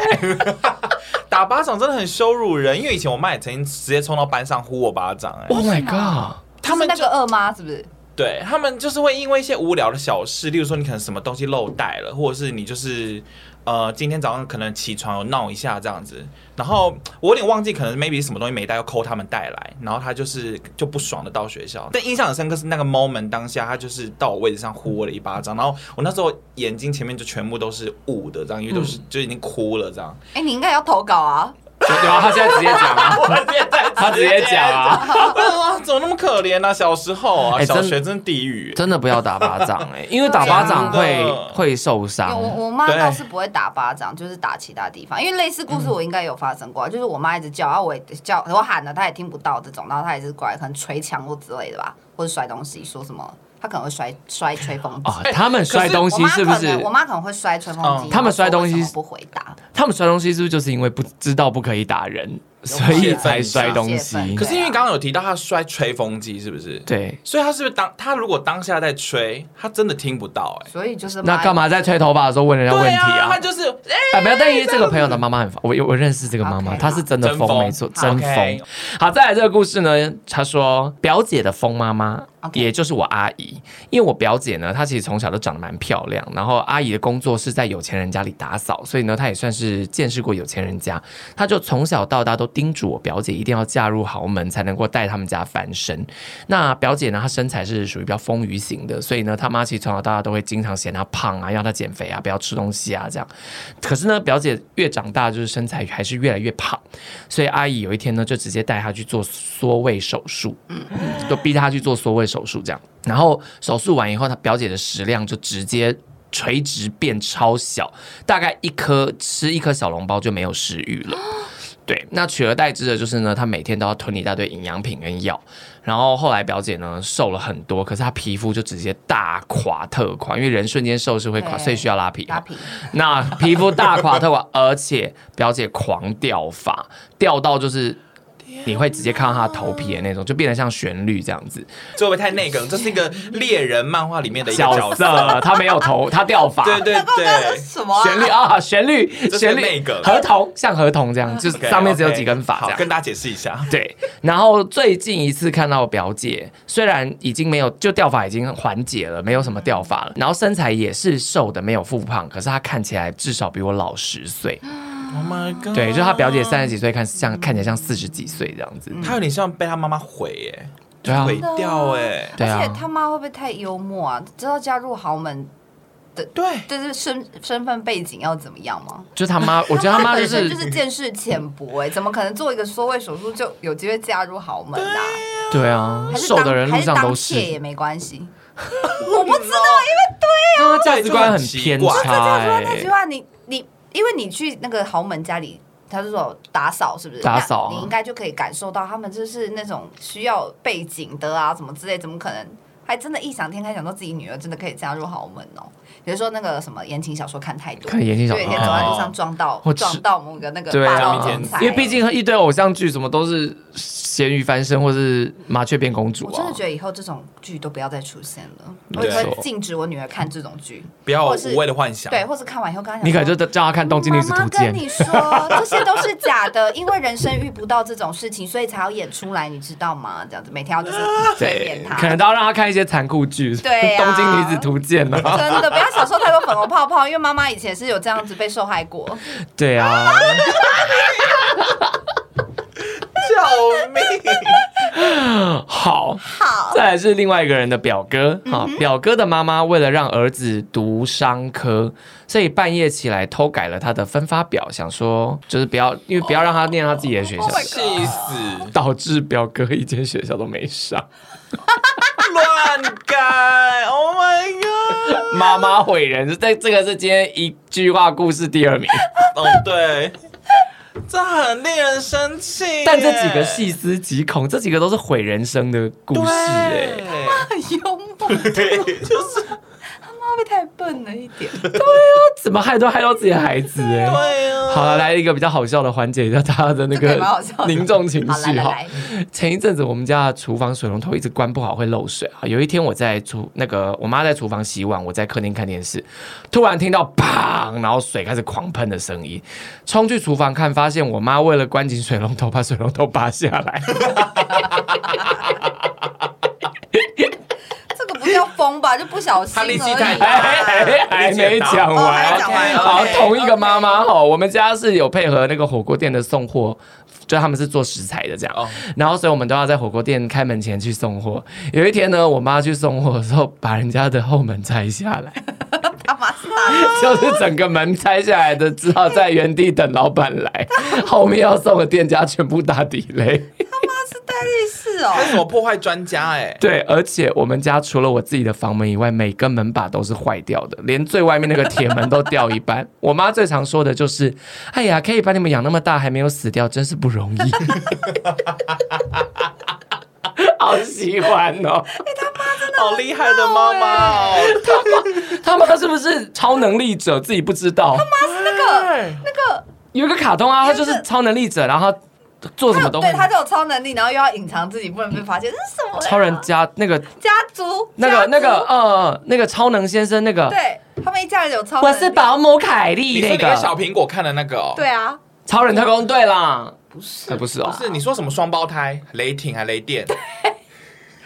Speaker 3: 打巴掌真的很羞辱人，因为以前我妈也曾经直接冲到班上呼我巴掌、哎
Speaker 1: Oh my god！
Speaker 3: 他们
Speaker 4: 是那
Speaker 3: 就
Speaker 4: 个二妈是不是？
Speaker 3: 对他们就是会因为一些无聊的小事，例如说你可能什么东西漏带了，或者是你就是呃今天早上可能起床有闹一下这样子，然后我有点忘记可能 maybe 什么东西没带，要抠他们带来，然后他就是就不爽的到学校。但印象很深刻是那个 moment 当下，他就是到我位置上呼我了一巴掌，然后我那时候眼睛前面就全部都是雾的，这样因为都是、
Speaker 1: 嗯
Speaker 3: 就已经哭了这样。
Speaker 4: 哎、你应该要投稿啊！
Speaker 1: 然后他现在直接讲啊， 他直接讲啊。
Speaker 3: 我 想说啊怎么那么可怜啊？小时候啊，
Speaker 1: 哎真
Speaker 3: 小学真地狱、
Speaker 1: 真的不要打巴掌哎、因为 打巴掌
Speaker 3: 真
Speaker 1: 会
Speaker 3: 的
Speaker 1: 会受
Speaker 4: 因为
Speaker 1: 伤。
Speaker 4: 我我妈
Speaker 3: 对
Speaker 4: 倒是不会打巴掌，就是打其他地方。因为类似故事我应该有发生
Speaker 1: 嗯
Speaker 4: 过啊，就是我妈一直叫，然后我也叫，我喊了她也听不到这种，然后她也是过来可能捶墙或之类的吧，或者摔东西，说什么她可能会摔摔吹风机。
Speaker 1: 啊、他们摔东西是不
Speaker 4: 我妈可能
Speaker 1: 是
Speaker 4: 我？妈可能会摔吹风机，
Speaker 3: 嗯
Speaker 1: 他们摔东西
Speaker 4: 然后说为什么不回答，
Speaker 1: 他们摔东西是不是就是因为不知道不可以打人，所以才摔东
Speaker 4: 有
Speaker 1: 西
Speaker 4: 泄愤
Speaker 3: 可？是因为刚刚有提到他摔吹风机，是不是？
Speaker 1: 对，
Speaker 3: 所以他是不是当他如果当下在吹，他真的听不到哎、
Speaker 4: 所以就是
Speaker 1: 那干
Speaker 4: 嘛？
Speaker 1: 嘛在吹头发的时候问人家问
Speaker 3: 对
Speaker 1: 题
Speaker 3: 啊，
Speaker 1: 啊
Speaker 3: 他？就是哎、
Speaker 1: 啊，不要但因为这个朋友的妈妈很疯，我有我认识这个妈妈，
Speaker 4: OK，
Speaker 1: 她是真的
Speaker 3: 好
Speaker 1: 疯，没错，
Speaker 3: 好
Speaker 1: 真
Speaker 3: OK
Speaker 1: 疯。好，再来这个故事呢，她说表姐的疯妈妈，
Speaker 4: OK
Speaker 1: 也就是我阿姨，因为我表姐呢，她其实从小都长得蛮漂亮，然后阿姨的工作是在有钱人家里打扫，所以呢，她也算是见识过有钱人家，她就从小到大都叮嘱我表姐一定要嫁入豪门才能够带他们家翻身。那表姐呢，她身材是属于比较丰腴型的，所以呢，她妈其实从小到大都会经常嫌她胖啊，要她减肥啊，不要吃东西啊这样。可是呢，表姐越长大就是身材还是越来越胖，所以阿姨有一天呢，就直接带她去做缩胃手术，就逼她去做缩胃手术这样。然后手术完以后，她表姐的食量就直接。垂直变超小，大概一颗吃一颗小笼包就没有食欲 了。对，那取而代之的就是呢，她每天都要吞一大堆营养品跟药。然后后来表姐呢瘦了很多，可是她皮肤就直接大垮特垮，因为人瞬间瘦是会垮，
Speaker 4: 对
Speaker 1: 所以需要拉皮嘛。
Speaker 4: 拉皮，
Speaker 1: 那皮肤大垮特垮，而且表姐狂掉发，掉到就是你会直接看到她的头皮的那种，就变得像旋律这样子。
Speaker 3: 这会不会太那个？这是一个猎人漫画里面的一个
Speaker 1: 角
Speaker 3: 角色，
Speaker 1: 色她没有 头，她掉发。
Speaker 3: 对对
Speaker 4: 那
Speaker 3: 对
Speaker 4: 是。 什么啊？
Speaker 1: 旋律啊，旋律，
Speaker 3: 这是
Speaker 1: 旋律
Speaker 3: 那，个
Speaker 1: 合同像合同这样，就是
Speaker 3: OK，
Speaker 1: 上面只有
Speaker 3: OK
Speaker 1: 几根发这
Speaker 3: 好，
Speaker 1: 样。
Speaker 3: 跟大家解释一下。
Speaker 1: 对，然后最近一次看到表姐，虽然已经没有就掉发已经缓解了，没有什么掉发了，然后身材也是瘦的，没有复胖，可是她看起来至少比我老十岁。
Speaker 3: Oh my god！
Speaker 1: 对，就是她表姐三十几岁，看像看起来像四十几岁这样子。
Speaker 3: 他有点像被他妈妈毁哎、
Speaker 1: 对啊，
Speaker 3: 毁掉哎、
Speaker 1: 对啊
Speaker 4: 而且他妈会不会太幽默啊？知道加入豪门，
Speaker 3: 对，
Speaker 4: 这是身身份背景要怎么样吗？
Speaker 1: 就是她妈，我觉得她妈就
Speaker 4: 本身
Speaker 1: 是
Speaker 4: 就是见识浅薄哎、怎么可能做一个缩胃手术就有机会嫁入豪门啊？
Speaker 1: 对啊，
Speaker 4: 还是
Speaker 1: 瘦
Speaker 4: 当
Speaker 1: 的人路
Speaker 4: 还是
Speaker 1: 上
Speaker 4: 当
Speaker 1: 都
Speaker 4: 妾也
Speaker 1: 是，
Speaker 4: 没关 系。
Speaker 3: 我不知道，
Speaker 1: 她啊价值观很
Speaker 3: 就很奇
Speaker 1: 偏
Speaker 3: 怪
Speaker 4: 啊这
Speaker 1: 差
Speaker 4: 样说
Speaker 1: 哎、
Speaker 4: 那句话，你你因为你去那个豪门家里。他是说打扫是不是？
Speaker 1: 打扫啊
Speaker 4: 那你应该就可以感受到他们就是那种需要背景的啊，什么之类，怎么可能还真的异想天开，想说自己女儿真的可以嫁入豪门哦？比如说那个什么言情小说看太多，
Speaker 1: 看言情小说啊
Speaker 4: 对，有一天走在路上撞到、
Speaker 1: 我吃
Speaker 4: 撞到某个那个
Speaker 1: 对
Speaker 4: 霸
Speaker 1: 啊
Speaker 4: 道总裁，
Speaker 1: 因为毕竟一堆偶像剧什么都是咸鱼翻身或是麻雀变公主
Speaker 4: 我
Speaker 1: 啊。
Speaker 4: 真的觉得以后这种剧都不要再出现了，我
Speaker 1: 没
Speaker 4: 也
Speaker 1: 错
Speaker 4: 会禁止我女儿看这种剧，
Speaker 3: 不要
Speaker 4: 或
Speaker 3: 有
Speaker 4: 是
Speaker 3: 无谓的幻想。
Speaker 4: 对，或是看完以后跟她讲说，
Speaker 1: 你可能就叫她看《东京历史
Speaker 4: 妈
Speaker 1: 图
Speaker 4: 妈
Speaker 1: 鉴
Speaker 4: 跟》。你说这些都是假的，因为人生遇不到这种事情，所以才要演出来，你知道吗？这样子每天要就是演
Speaker 1: 对，
Speaker 4: 她，
Speaker 1: 可能都要让她看一些残酷剧，
Speaker 4: 对啊
Speaker 1: 东京女子图鉴》啊，
Speaker 4: 真的不要享受太多粉红泡泡，因为妈妈以前是有这样子被受害 过。
Speaker 1: 对啊，
Speaker 3: 救命！
Speaker 1: 好。
Speaker 4: 好，
Speaker 1: 再来是另外一个人的表哥
Speaker 4: 嗯
Speaker 1: 啊，表哥的妈妈为了让儿子读商科，所以半夜起来偷改了他的分发表，想说就是不要，因为不要让他念他自己的学校
Speaker 4: Oh my god
Speaker 3: 气死！
Speaker 1: 导致表哥一间学校都没上。
Speaker 3: 乱改！Oh my god！
Speaker 1: 妈妈毁人，这这个是今天一句话故事第二 名。
Speaker 3: 哦，对，这很令人生气。
Speaker 1: 但这几个细思极恐，这几个都是毁人生的故
Speaker 3: 对
Speaker 1: 事哎、
Speaker 4: 很幽默，
Speaker 3: 对，就是
Speaker 4: 他妈会太笨了一点。
Speaker 1: 怎么害都害到自己的孩 子哎、
Speaker 3: 对啊。
Speaker 1: 好了，来一个比较好笑的环节，让大家的那
Speaker 4: 这个
Speaker 1: 个
Speaker 4: 也蛮好笑的
Speaker 1: 凝重情
Speaker 4: 好，来
Speaker 1: 绪
Speaker 4: 来
Speaker 1: 哈。
Speaker 4: 来，
Speaker 1: 前一阵子我们家的厨房水龙头一直关不好，会漏水啊。有一天我在厨那个我妈在厨房洗碗，我在客厅看电视，突然听到砰，然后水开始狂喷的声音，冲去厨房看，发现我妈为了关紧水龙头，把水龙头拔下 来。
Speaker 4: 这个不叫疯吧？就不小心
Speaker 3: 他
Speaker 4: 而
Speaker 3: 力
Speaker 4: 已
Speaker 3: 气太
Speaker 1: 哎
Speaker 3: 大
Speaker 4: 啊。
Speaker 1: 哎哎还没讲
Speaker 4: 哦
Speaker 1: 完
Speaker 4: 还没。讲完
Speaker 1: 好，
Speaker 4: OK，
Speaker 1: 同一个妈
Speaker 4: OK
Speaker 1: 妈哈，我们家是有配合那个火锅店的送货，就他们是做食材的这样，
Speaker 3: 哦
Speaker 1: 然后所以我们都要在火锅店开门前去送货。有一天呢，我妈去送货的时候，把人家的后门拆下来，
Speaker 4: 他妈 是哪
Speaker 1: 就是整个门拆下来的，只好在原地等老板来。后面要送的店家全部打底雷。
Speaker 4: 是戴力士哦
Speaker 3: 他？是什么破坏专家哎、
Speaker 1: 对，而且我们家除了我自己的房门以外，每个门把都是坏掉的，连最外面那个铁门都掉一半。我妈最常说的就是：“哎呀，可以把你们养那么大，还没有死掉，真是不容易。”好喜欢哦！
Speaker 3: 好厉害的妈妈哦！
Speaker 1: 他妈是不是超能力者？自己不知道。
Speaker 4: 那个那个，
Speaker 1: 有一个卡通啊，他就是超能力者，然后他做什么
Speaker 4: 他有
Speaker 1: 都
Speaker 4: 对
Speaker 1: 会。
Speaker 4: 他就有超能力，然后又要隐藏自己，不能被发现，这是什么呀？
Speaker 1: 超人家那个
Speaker 4: 家族
Speaker 1: 那个
Speaker 4: 家族
Speaker 1: 那个呃那个超能先生那个，
Speaker 4: 对他们一家人有超能
Speaker 1: 我
Speaker 4: 力。
Speaker 1: 是保姆凯
Speaker 3: 你
Speaker 1: 莉
Speaker 3: 说
Speaker 1: 那
Speaker 3: 你
Speaker 1: 个
Speaker 3: 跟小苹果看的那个哦，
Speaker 4: 对啊，
Speaker 1: 超人特工队啦。
Speaker 4: 不是
Speaker 1: 哎不是哦
Speaker 4: 吧
Speaker 3: 不是你说什么双胞胎雷霆还雷电？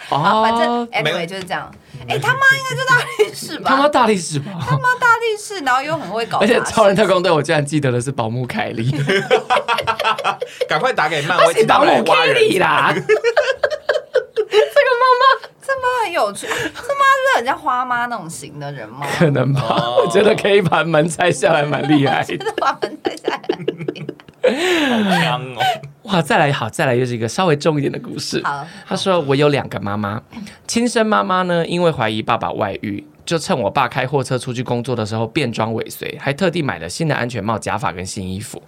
Speaker 4: 好，
Speaker 1: 哦，嗯
Speaker 4: 反正
Speaker 3: 没
Speaker 4: anyway 就是这样。哎，他妈应该就大力士吧？
Speaker 1: 他妈大力士吧！
Speaker 4: 妈大力士，然后又很会搞杂
Speaker 1: 而
Speaker 4: 事，
Speaker 1: 且超人特工队，我竟然记得的是保姆凯莉，
Speaker 3: 赶快打给漫威，请他
Speaker 1: 保
Speaker 3: 们来
Speaker 1: 姆
Speaker 3: 挖
Speaker 1: 凯莉
Speaker 3: 人。
Speaker 1: 啦！
Speaker 4: 这妈很有趣，这妈是很像花妈那种型的人 吗？
Speaker 1: 可能吧，
Speaker 3: 哦
Speaker 1: 我觉得可以把门拆下来，蛮厉害的。
Speaker 4: 把门带下来。
Speaker 3: 香哦，
Speaker 1: 哇，再来好，再来又是一个稍微重一点的故事。
Speaker 4: 好，
Speaker 1: 他说我有两个妈妈，亲生妈妈呢，因为怀疑爸爸外遇，就趁我爸开货车出去工作的时候变装尾随，还特地买了新的安全帽、假发跟新衣服。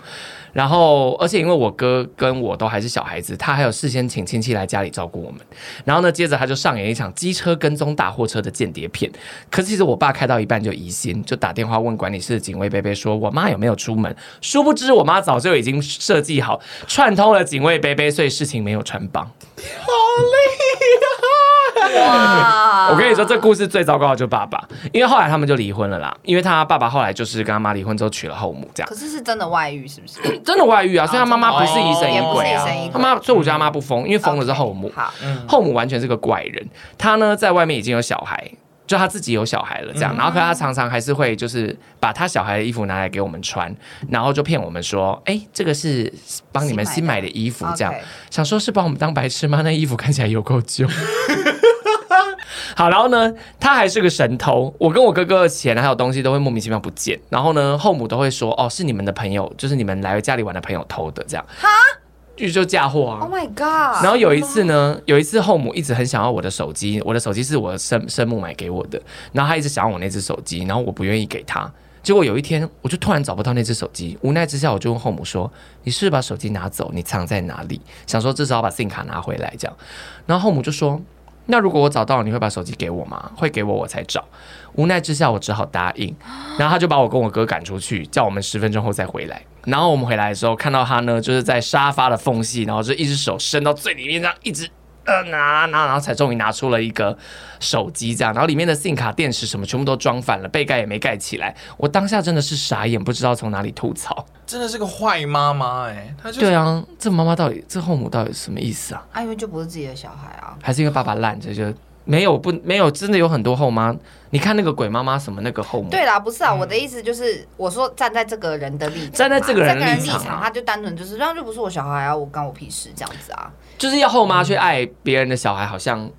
Speaker 1: 然后，而且因为我哥跟我都还是小孩子，他还有事先请亲戚来家里照顾我们。然后呢，接着他就上演一场机车跟踪大货车的间谍片。可是其实我爸开到一半就疑心，就打电话问管理室的警卫贝贝说：“我妈有没有出门？”殊不知我妈早就已经设计好串通了警卫贝贝，所以事情没有穿帮。
Speaker 4: 哇！
Speaker 1: 我跟你说，这故事最糟糕的就是爸爸，因为后来他们就离婚了啦。因为他爸爸后来就是跟他妈离婚之后娶了后母，这样
Speaker 4: 可是是真的外遇，是不是？
Speaker 1: 真的外遇啊。所以他妈妈不是疑神
Speaker 4: 也不
Speaker 1: 疑
Speaker 4: 是
Speaker 1: 鬼
Speaker 4: 疑
Speaker 1: 啊
Speaker 4: 神，疑
Speaker 1: 他
Speaker 4: 鬼，嗯
Speaker 1: 妈，所以我觉得他妈不疯，因为疯的是后母
Speaker 4: OK，，好，
Speaker 1: 后母完全是个怪人。他呢在外面已经有小孩。就他自己有小孩了，这
Speaker 4: 嗯
Speaker 1: 样，然后可他常常还是会就是把他小孩的衣服拿来给我们穿，然后就骗我们说，哎，这个是帮你们新
Speaker 4: 新买
Speaker 1: 买
Speaker 4: 的
Speaker 1: 的衣服，这样，
Speaker 4: OK
Speaker 1: 想说是把我们当白痴吗？那衣服看起来有够旧。 好，然后呢，他还是个神偷。我跟我哥哥的钱还有东西都会莫名其妙不见，然后呢，后母都会说，哦，是你们的朋友，就是你们来家里玩的朋友偷的，这样。哈，就就嫁祸啊。
Speaker 4: Oh my god！
Speaker 1: 然后有一次呢，有一次后母一直很想要我的手机，我的手机是我生生母买给我的，然后她一直想要我那只手机，然后我不愿意给她。结果有一天，我就突然找不到那只手机，无奈之下我就问后母说：“你是不是把手机拿走？你藏在哪里？”想说至少要把 SIM 卡拿回来这样。然后后母就说：“那如果我找到了，你会把手机给我吗？会给我我才找。”无奈之下，我只好答应。然后他就把我跟我哥赶出去，叫我们十分钟后再回来。然后我们回来的时候，看到他呢，就是在沙发的缝隙，然后就一只手伸到最里面，这样一直呃拿拿，然后才终于拿出了一个手机，这样，然后里面的 SIM 卡、电池什么全部都装反了，被盖也没盖起来。我当下真的是傻眼，不知道从哪里吐槽。
Speaker 3: 真的是个坏妈妈哎，她就
Speaker 1: 对啊，这妈妈到底这后母到底什么意思啊？
Speaker 4: 啊，因为就不是自己的小孩啊。
Speaker 1: 还是因为爸爸烂，这就没有不没有真的有很多后妈。你看那个鬼妈妈什么那个后母，
Speaker 4: 对啦，不是啊，我的意思就是，我说站在这个人的立场嘛，啊
Speaker 1: 站在这个人的
Speaker 4: 人
Speaker 1: 立场啊
Speaker 4: 他就单纯就是，那就不是我小孩啊，我干我屁事这样子啊，
Speaker 1: 就是要后妈去爱别人的小孩，好像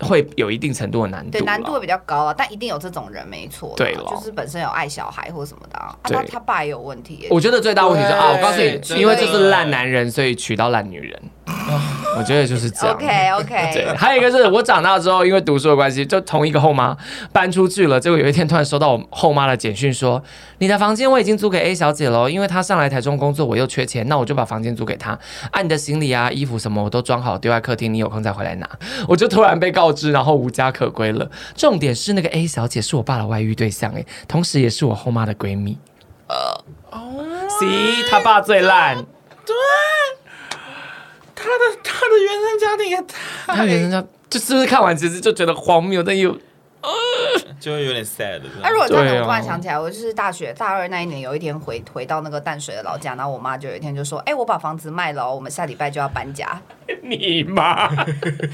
Speaker 1: 会有一定程度的难度
Speaker 4: 对，
Speaker 1: 啦。
Speaker 4: 难度会比较高啊，但一定有这种人，没错啦，
Speaker 1: 对咯
Speaker 4: 就是本身有爱小孩或什么的啊，啊
Speaker 1: 对
Speaker 4: 那他爸也有问题耶，
Speaker 1: 我觉得最大问题是啊，
Speaker 3: 对
Speaker 1: 我告诉
Speaker 3: 真
Speaker 1: 你，
Speaker 3: 的
Speaker 1: 因为就是烂男人，所以娶到烂女人。我觉得就是这样。
Speaker 4: OK
Speaker 1: 对，
Speaker 4: OK，
Speaker 1: 还有一个是我长大之后，因为读书的关系，就同一个后妈搬出去了。结果有一天突然收到我后妈的简讯说：“你的房间我已经租给 A 小姐了，因为她上来台中工作，我又缺钱，那我就把房间租给她。按、你的行李啊、衣服什么我都装好丢在客厅，你有空再回来拿。”我就突然被告知，然后无家可归了。重点是那个 A 小姐是我爸的外遇对象、欸，同时也是我后妈的闺蜜。呃，哦，C 他爸最烂。
Speaker 3: 他啊的他的原生家庭也太，
Speaker 1: 他原生家就是不是看完其实就觉得荒谬，但又
Speaker 3: 就会有点 sad 真的。
Speaker 4: 那如果这样，
Speaker 1: 对啊
Speaker 4: 我突然想起来，我就是大学大二那一年，有一天回回到那个淡水的老家，然后我妈就有一天就说：“哎、我把房子卖了哦，我们下礼拜就要 搬家。”
Speaker 1: 你妈！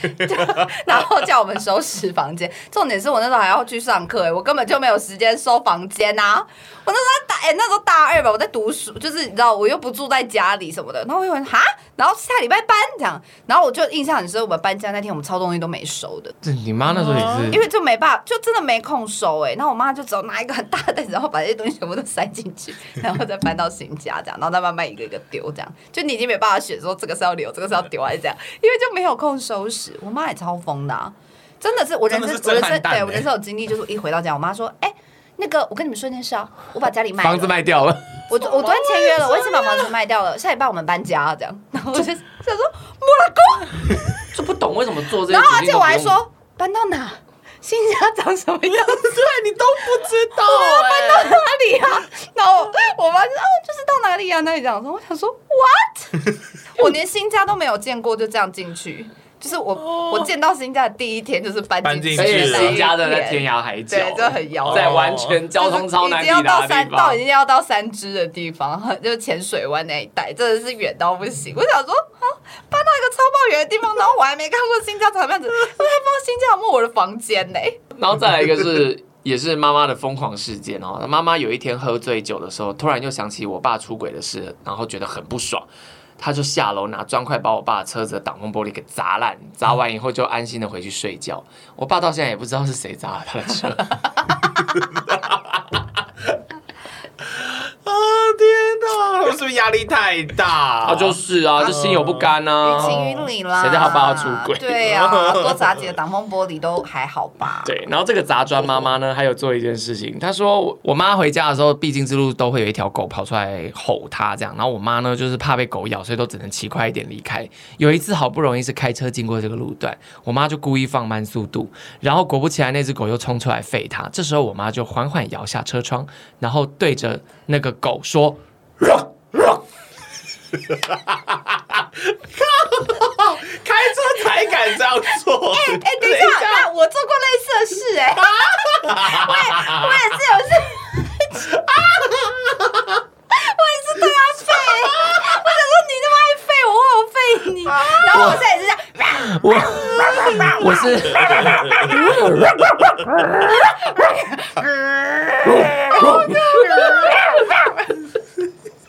Speaker 4: 然后叫我们收拾房间。重点是我那时候还要去上课、欸，我根本就没有时间收房间呐、我那时候大哎、那时候大二吧，我在读书，就是你知道，我又不住在家里什么的。然后我有人哈，然后下礼拜搬这样，然后我就印象很深，我们搬家那天我们超东西都没收的，
Speaker 1: 这你妈那时候也是，
Speaker 4: 因为就没办法，就真的没空收哎、欸。然后我妈就只有拿一个很大的 袋子，然后把这些东西全部都塞进去，然后再搬到新家这样，然后再慢慢一个一个丢这样。就你已经没办法选说这个是要留，这个是要丢还是这样，因为就没有空收拾。我妈也超疯的、啊，真的是我人生
Speaker 3: 真的是
Speaker 4: 我人
Speaker 3: 震
Speaker 4: 生
Speaker 3: 撼弹
Speaker 4: 对
Speaker 3: 欸
Speaker 4: 我人生有经历，就是一回到家，我妈说哎。那个，我跟你们说一件事啊，我把家里卖了，
Speaker 1: 房子卖掉了，
Speaker 4: 我昨我昨天签约了，我已经把房子卖掉了，下礼拜我们搬家这样。然后我就想说，莫拉哥，
Speaker 1: 就不懂为什么做这些
Speaker 4: 然后而
Speaker 1: 决定都不用。
Speaker 4: 且我 还说搬到哪，新家长什么样子，
Speaker 3: 对你都不知道 哎、
Speaker 4: 到哪里啊？然后我妈就说哦，就是到哪里啊，那里这样说。我想说，what？我连新家都没有见过，就这样进去。就是我、我见到新家的第一天，就是搬
Speaker 3: 搬
Speaker 4: 进
Speaker 3: 进
Speaker 4: 去
Speaker 1: 而
Speaker 4: 的
Speaker 3: 去
Speaker 1: 且
Speaker 4: 那一
Speaker 1: 谁啊家的在天
Speaker 4: 天
Speaker 1: 涯海角，
Speaker 4: 对，就很遥
Speaker 1: 在
Speaker 4: 远。
Speaker 1: 完全交通超难
Speaker 4: 已
Speaker 1: 抵
Speaker 4: 经要
Speaker 1: 达
Speaker 4: 到
Speaker 1: 的
Speaker 4: 三
Speaker 1: 地
Speaker 4: 到
Speaker 1: 方
Speaker 4: 已。经要到三支的地方，就是浅水湾那一带，真的是远到不行。我想说啊，搬到一个超爆远的地方，然后我还没看过新家长什么样子，我还不知道新家有没有我的房间呢、
Speaker 1: 然后再来一个是， 也是妈妈的疯狂事件哦。妈妈有一天喝醉酒的时候，突然又想起我爸出轨的事，然后觉得很不爽。她就下楼拿砖块把我爸的车子的挡风玻璃给砸烂，砸完以后就安心的回去睡觉。我爸到现在也不知道是谁砸了他的 车。
Speaker 3: 啊天哪，我是不是压力太大？
Speaker 1: 啊，就是啊，就心有不甘
Speaker 4: 于
Speaker 1: 啊。
Speaker 4: 情于理啦。
Speaker 1: 谁叫他爸出轨
Speaker 4: 对呀、啊，多砸几个挡风玻璃都还好 吧。
Speaker 1: 对，然后这个砸砖妈妈呢，还有做一件事情，她说我我妈回家的时候，必经之路都会有一条狗跑出来吼她这样，然后我妈呢就是怕被狗咬，所以都只能骑快一点离开。有一次好不容易是开车经过这个路段，我妈就故意放慢速度，然后果不其然那只狗又冲出来吠她，这时候我妈就缓缓摇下车窗，然后对着那个狗说。
Speaker 3: 开车才敢这样做。哎、
Speaker 4: 哎、等一下，那我做过类似的事哎、我也我也是有事，我也是对他吠、我想说你那么爱吠我，我有吠 你，然后我现在也是这样，哎
Speaker 1: 我我是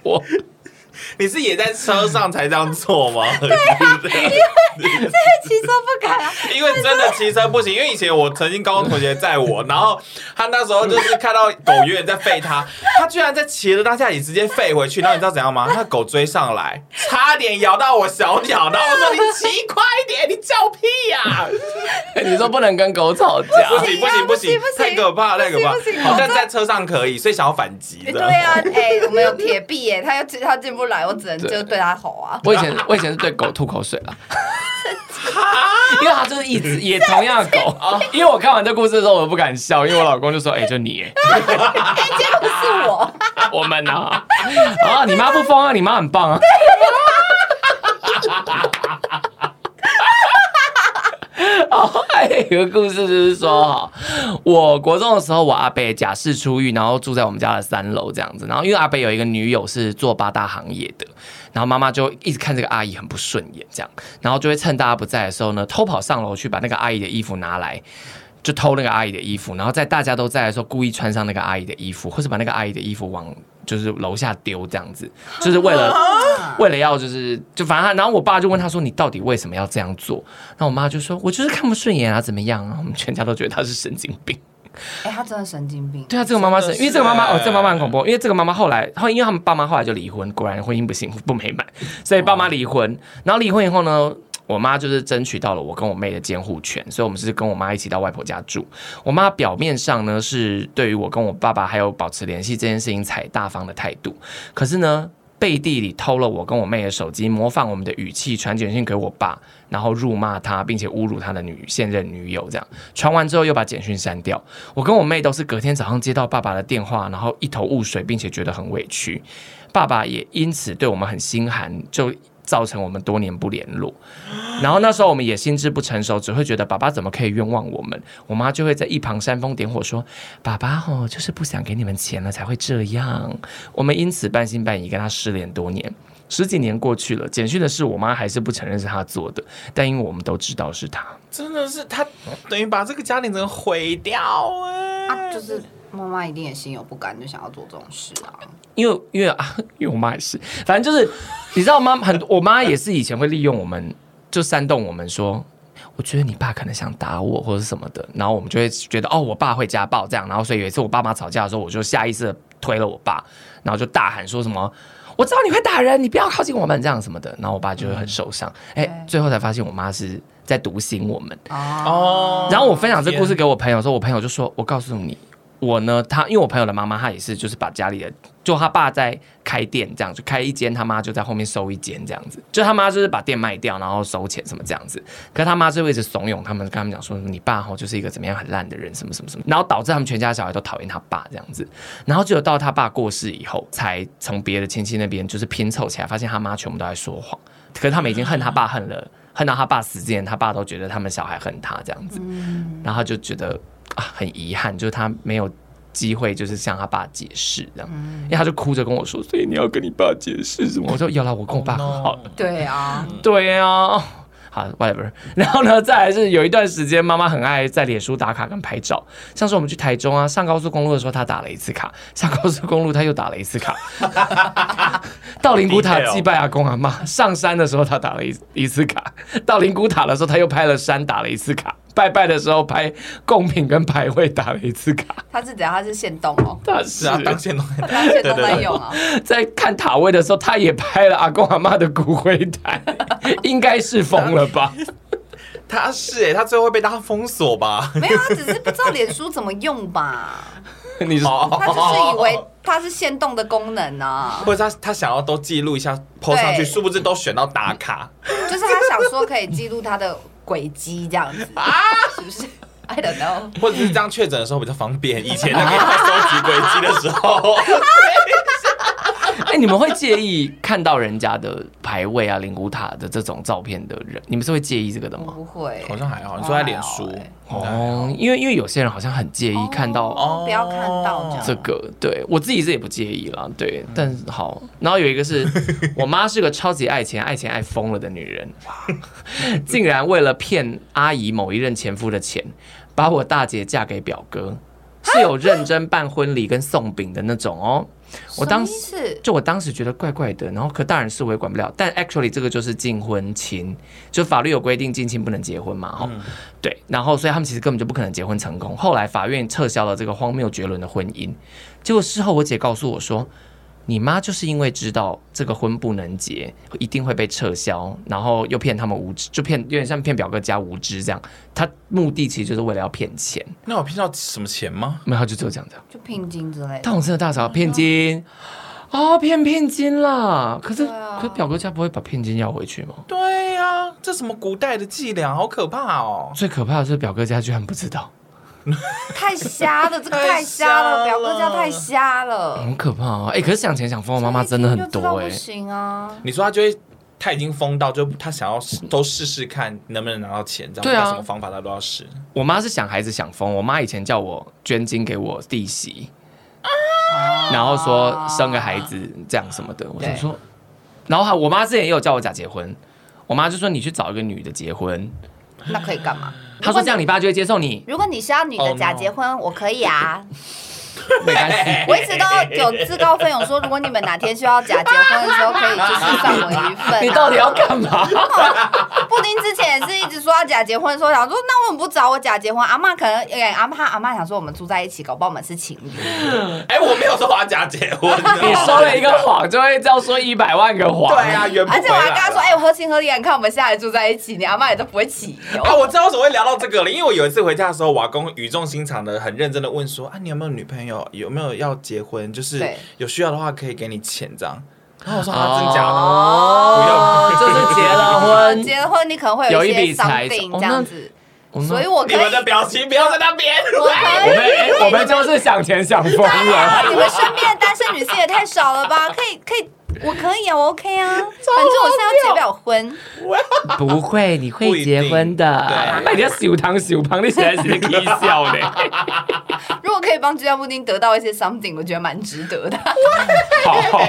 Speaker 1: 我
Speaker 3: 你是也在车上才这样做吗？啊
Speaker 4: 这骑车不敢啊，
Speaker 3: 因为真的骑车不行，因为以前我曾经高中同学载我，然后他那时候就是看到狗远远在吠他，他居然在骑的当下也直接吠回去，然后你知道怎样 吗？那狗追上来，差点咬到我小脚，然后我说你骑快一点，你叫屁呀、
Speaker 1: 你说不能跟狗吵架，
Speaker 3: 不行不行不
Speaker 4: 不行
Speaker 3: 行
Speaker 4: 不，行
Speaker 3: 太可怕太可怕
Speaker 4: 不行不，行
Speaker 3: 好像在车上可以，所以想要反击
Speaker 4: 对
Speaker 3: 的。
Speaker 4: 啊，哎、我们有铁臂哎、他又他进不来，我只能
Speaker 1: 对
Speaker 4: 就对他吼啊。
Speaker 1: 我以前我以前是对狗吐口水了。 因为他就是一直也同样的狗，啊因为我看完这故事的时候，我不敢笑，因为我老公就说：“哎、就你耶，
Speaker 4: 哎、结果是我，
Speaker 1: 我们啊，啊，你妈不疯啊，你妈很棒啊。” 哦，还有一个故事就是说，哈，我国中的时候，我阿伯假释出狱，然后住在我们家的三楼这样子。然后因为阿伯有一个女友是做八大行业的，然后妈妈就一直看这个阿姨很不顺眼，这样，然后就会趁大家不在的时候呢，偷跑上楼去把那个阿姨的衣服拿来。就偷那个阿姨的衣服，然后在大家都在的时候，故意穿上那个阿姨的衣服，或是把那个阿姨的衣服往就是楼下丢，这样子，就是为了为了要就是就反正他，然后我爸就问他说：“你到底为什么要这样做？”那我妈就说：“我就是看不顺眼啊，怎么样啊？”我们全家都觉得她是神经病。
Speaker 4: 哎、他真的神经病。
Speaker 1: 对啊，这个妈妈是
Speaker 3: 嗯真的是
Speaker 1: 因为这个妈妈
Speaker 3: 欸
Speaker 1: 哦，这个妈妈很恐怖，因为这个妈妈后来后因为他
Speaker 3: 哦
Speaker 1: 们爸妈后来就离婚，果然婚姻不幸福不美满，所以爸妈离婚，然后离婚以后呢，我妈就是争取到了我跟我妹的监护权，所以我们是跟我妈一起到外婆家住。我妈表面上呢是对于我跟我爸爸还有保持联系这件事情采大方的态度，可是呢。背地里偷了我跟我妹的手机，模仿我们的语气传简讯给我爸，然后辱骂他，并且侮辱他的女现任女友，这样传完之后又把简讯删掉。我跟我妹都是隔天早上接到爸爸的电话，然后一头雾水，并且觉得很委屈。爸爸也因此对我们很心寒，就造成我们多年不联络。然后那时候我们也心智不成熟，只会觉得爸爸怎么可以冤枉我们？我妈就会在一旁煽风点火说：“爸爸哦，就是不想给你们钱了才会这样。”我们因此半信半疑，跟他失联多年。十几年过去了，简讯的事我妈还是不承认是她做的，但因为我们都知道是她。
Speaker 3: 真的是他等于把这个家庭整个毁掉哎、
Speaker 4: 啊，就是妈妈一定也心有不甘，就想要做这种事啊。
Speaker 1: 因为因为啊， 因为我妈也是，反正就是你知道妈很，我妈也是以前会利用我们，就煽动我们说，我觉得你爸可能想打我或者是什么的，然后我们就会觉得哦，我爸会家暴这样，然后所以有一次我爸妈吵架的时候，我就下意识的推了我爸，然后就大喊说什么。我知道你会打人，你不要靠近我们这样什么的，然后我爸就会很受伤。哎、
Speaker 4: 对
Speaker 1: 最后才发现我妈是在毒醒我们。
Speaker 4: 啊
Speaker 3: 哦
Speaker 1: 然后我分享这故事给我朋友的时候，我朋友就说：“我告诉你，我呢，他因为我朋友的妈妈，她也是就是把家里的，就他爸在开店这样，就开一间，他妈就在后面收一间这样子，就他妈就是把店卖掉，然后收钱什么这样子。可他妈就会一直怂恿他们，跟他们讲说，你爸吼就是一个怎么样很烂的人，什么什么什么，然后导致他们全家小孩都讨厌他爸这样子。然后只有到他爸过世以后，才从别的亲戚那边就是拼凑起来，发现他妈全部都在说谎。可是他们已经恨他爸恨了，恨到他爸死之前，他爸都觉得他们小孩恨他这样子，然后他就觉得啊很遗憾，就是他没有。机会就是向他爸解释这样，因为他就哭着跟我说，所以你要跟你爸解释什么？我说要了，我跟我爸很好了。
Speaker 4: 对啊，
Speaker 1: 对呀、 好，whatever。然后呢，再来是有一段时间，妈妈很爱在脸书打卡跟拍照。像是我们去台中啊，上高速公路的时候，她打了一次卡；上高速公路，她又打了一次卡。 到灵骨塔祭拜阿公阿妈，上山的时候，她打了一一次卡；到灵骨塔的时候，她又拍了山，打了一次卡；拜拜的时候拍贡品跟牌位，打了一次卡。
Speaker 4: 他是怎样？他是现动哦，
Speaker 1: 她
Speaker 3: 是
Speaker 1: 是
Speaker 3: 啊，当线都
Speaker 4: 他当现动在
Speaker 3: 对
Speaker 4: 用啊。
Speaker 1: 在看塔位的时候，她也拍了阿公阿妈的骨灰坛， 应该是疯了 吧？
Speaker 3: 他是哎、他最后会被大家封锁吧？
Speaker 4: 没有，他只是不知道脸书怎么用吧，
Speaker 1: 你说。
Speaker 3: 哦
Speaker 4: 他就是以为它是限动的功能啊，
Speaker 3: 或者他他想要都记录一下，po 上去，
Speaker 4: 对
Speaker 3: 殊不知都选到打卡。
Speaker 4: 就是他想说可以记录他的轨迹这样子，
Speaker 3: 啊
Speaker 4: 是不是？I don't know。
Speaker 3: 或者是这样确诊的时候比较方便。以前那个 在收集轨迹的时候，
Speaker 1: 哎、你们会介意看到人家的牌位啊、灵骨塔的这种照片的人，你们是会介意这个的
Speaker 4: 我
Speaker 1: 吗？
Speaker 4: 不会，
Speaker 3: 好像还好。你说在脸书
Speaker 4: 我还好欸，
Speaker 1: 哦，因为因为有些人好像很介意看到
Speaker 4: 哦，不要看到这样。
Speaker 1: 这个，对我自己是也不介意啦，对，但是好，然后有一个是我妈是个超级爱钱、爱钱爱疯了的女人，哇，竟然为了骗阿姨某一任前夫的钱，把我大姐嫁给表哥，是有认真办婚礼跟送饼的那种哦。我当时
Speaker 4: 什么意思
Speaker 1: 就我当时觉得怪怪的，然后可大人是我也管不了，但 actually 这个就是近婚亲，就法律有规定近亲不能结婚嘛，哈、对，然后所以他们其实根本就不可能结婚成功。后来法院撤销了这个荒谬绝伦的婚姻，结果事后我姐告诉我说，你妈就是因为知道这个婚不能结，一定会被撤销，然后又骗他们无知，就骗有点像骗表哥加无知这样，她目的其实就是为了要骗钱，
Speaker 3: 那我骗到什么钱吗？
Speaker 1: 没有，她就只有这样子。
Speaker 4: 就聘金之类的，
Speaker 1: 哎但我真的大嫂骗金。哦，骗骗金啦！可是，
Speaker 4: 对啊
Speaker 1: 可表哥家不会把骗金要回去吗？
Speaker 3: 对呀、这什么古代的伎俩，好可怕哦！
Speaker 1: 最可怕的是表哥家居然不知道，
Speaker 4: 太瞎了，这个太瞎
Speaker 3: 太瞎了
Speaker 4: 了，表哥家太瞎了。
Speaker 1: 很可怕哦！哎、可是想钱想
Speaker 4: 欸
Speaker 1: 疯，我妈妈真的很
Speaker 4: 这一听就知道
Speaker 1: 多哎、
Speaker 4: 不行啊。
Speaker 3: 你说他就会，他已经疯到，就他想要都试试看能不能拿到钱，这样
Speaker 1: 对啊
Speaker 3: 不管什么方法他都要试。
Speaker 1: 我妈是想孩子想疯，我妈以前叫我捐金给我弟媳，
Speaker 4: 啊
Speaker 1: 然后说生个孩子这样什么的，我想说，然后还我妈之前也有叫我假结婚，我妈就说你去找一个女的结婚，
Speaker 4: 那可以干嘛？
Speaker 1: 她说这样你爸就会接受你，
Speaker 4: 如果你是要女的
Speaker 3: Oh,
Speaker 4: 假
Speaker 3: no.
Speaker 4: 结婚，我可以 啊。
Speaker 1: 没关 系。
Speaker 4: 我一直都有自告奋勇说，如果你们哪天需要假结婚的时候，可以就是算我一份、啊。
Speaker 1: 你到底要干嘛？
Speaker 4: 不布丁之前也是一直说要假结婚，说想说那我们不找我假结婚，阿妈可能哎、阿妈阿妈想说我们住在一起，搞不好我们是 情侣。
Speaker 3: 哎、我没有说我要假结婚，
Speaker 1: 你说了一个谎，就会这样说一百万个谎。
Speaker 3: 对啊，圆不
Speaker 4: 而且我还跟他说，哎、
Speaker 3: 我。
Speaker 4: 我合情合理啊，你看我们现在住在一起，你阿妈也都不会起
Speaker 3: 啊，
Speaker 4: 哦。
Speaker 3: 我知道为什么会聊到这个了，因为我有一次回家的时候，我阿公语重心长的、很认真的问说：“啊，你有没有女朋友？有没有要结婚？就是
Speaker 4: 对
Speaker 3: 有需要的话可以给你钱这样。”然后我说：“啊，真假的？”
Speaker 1: 哦，这是结了婚。
Speaker 4: 结了婚你可能会
Speaker 1: 有
Speaker 4: 一
Speaker 1: 一
Speaker 4: 些
Speaker 1: 笔财
Speaker 4: something
Speaker 1: 哦
Speaker 4: 这样子，
Speaker 1: 我
Speaker 4: 所以
Speaker 1: 们
Speaker 4: 我可
Speaker 3: 你
Speaker 4: 以，
Speaker 3: 们的表情不要在那边。
Speaker 4: 我可以
Speaker 1: 我们哎我们就是想钱想疯
Speaker 4: 啊
Speaker 1: 了。
Speaker 4: 你们身边的单身女性也太少了吧？可以，可以，我可以啊，我 OK 啊，反正我现在要结不了婚，
Speaker 1: 不会，你
Speaker 3: 不一定对
Speaker 1: 那你要小汤小胖，你实在是可以 笑的，
Speaker 4: 如果可以帮居家布丁得到一些 something，我觉得蛮值 得的。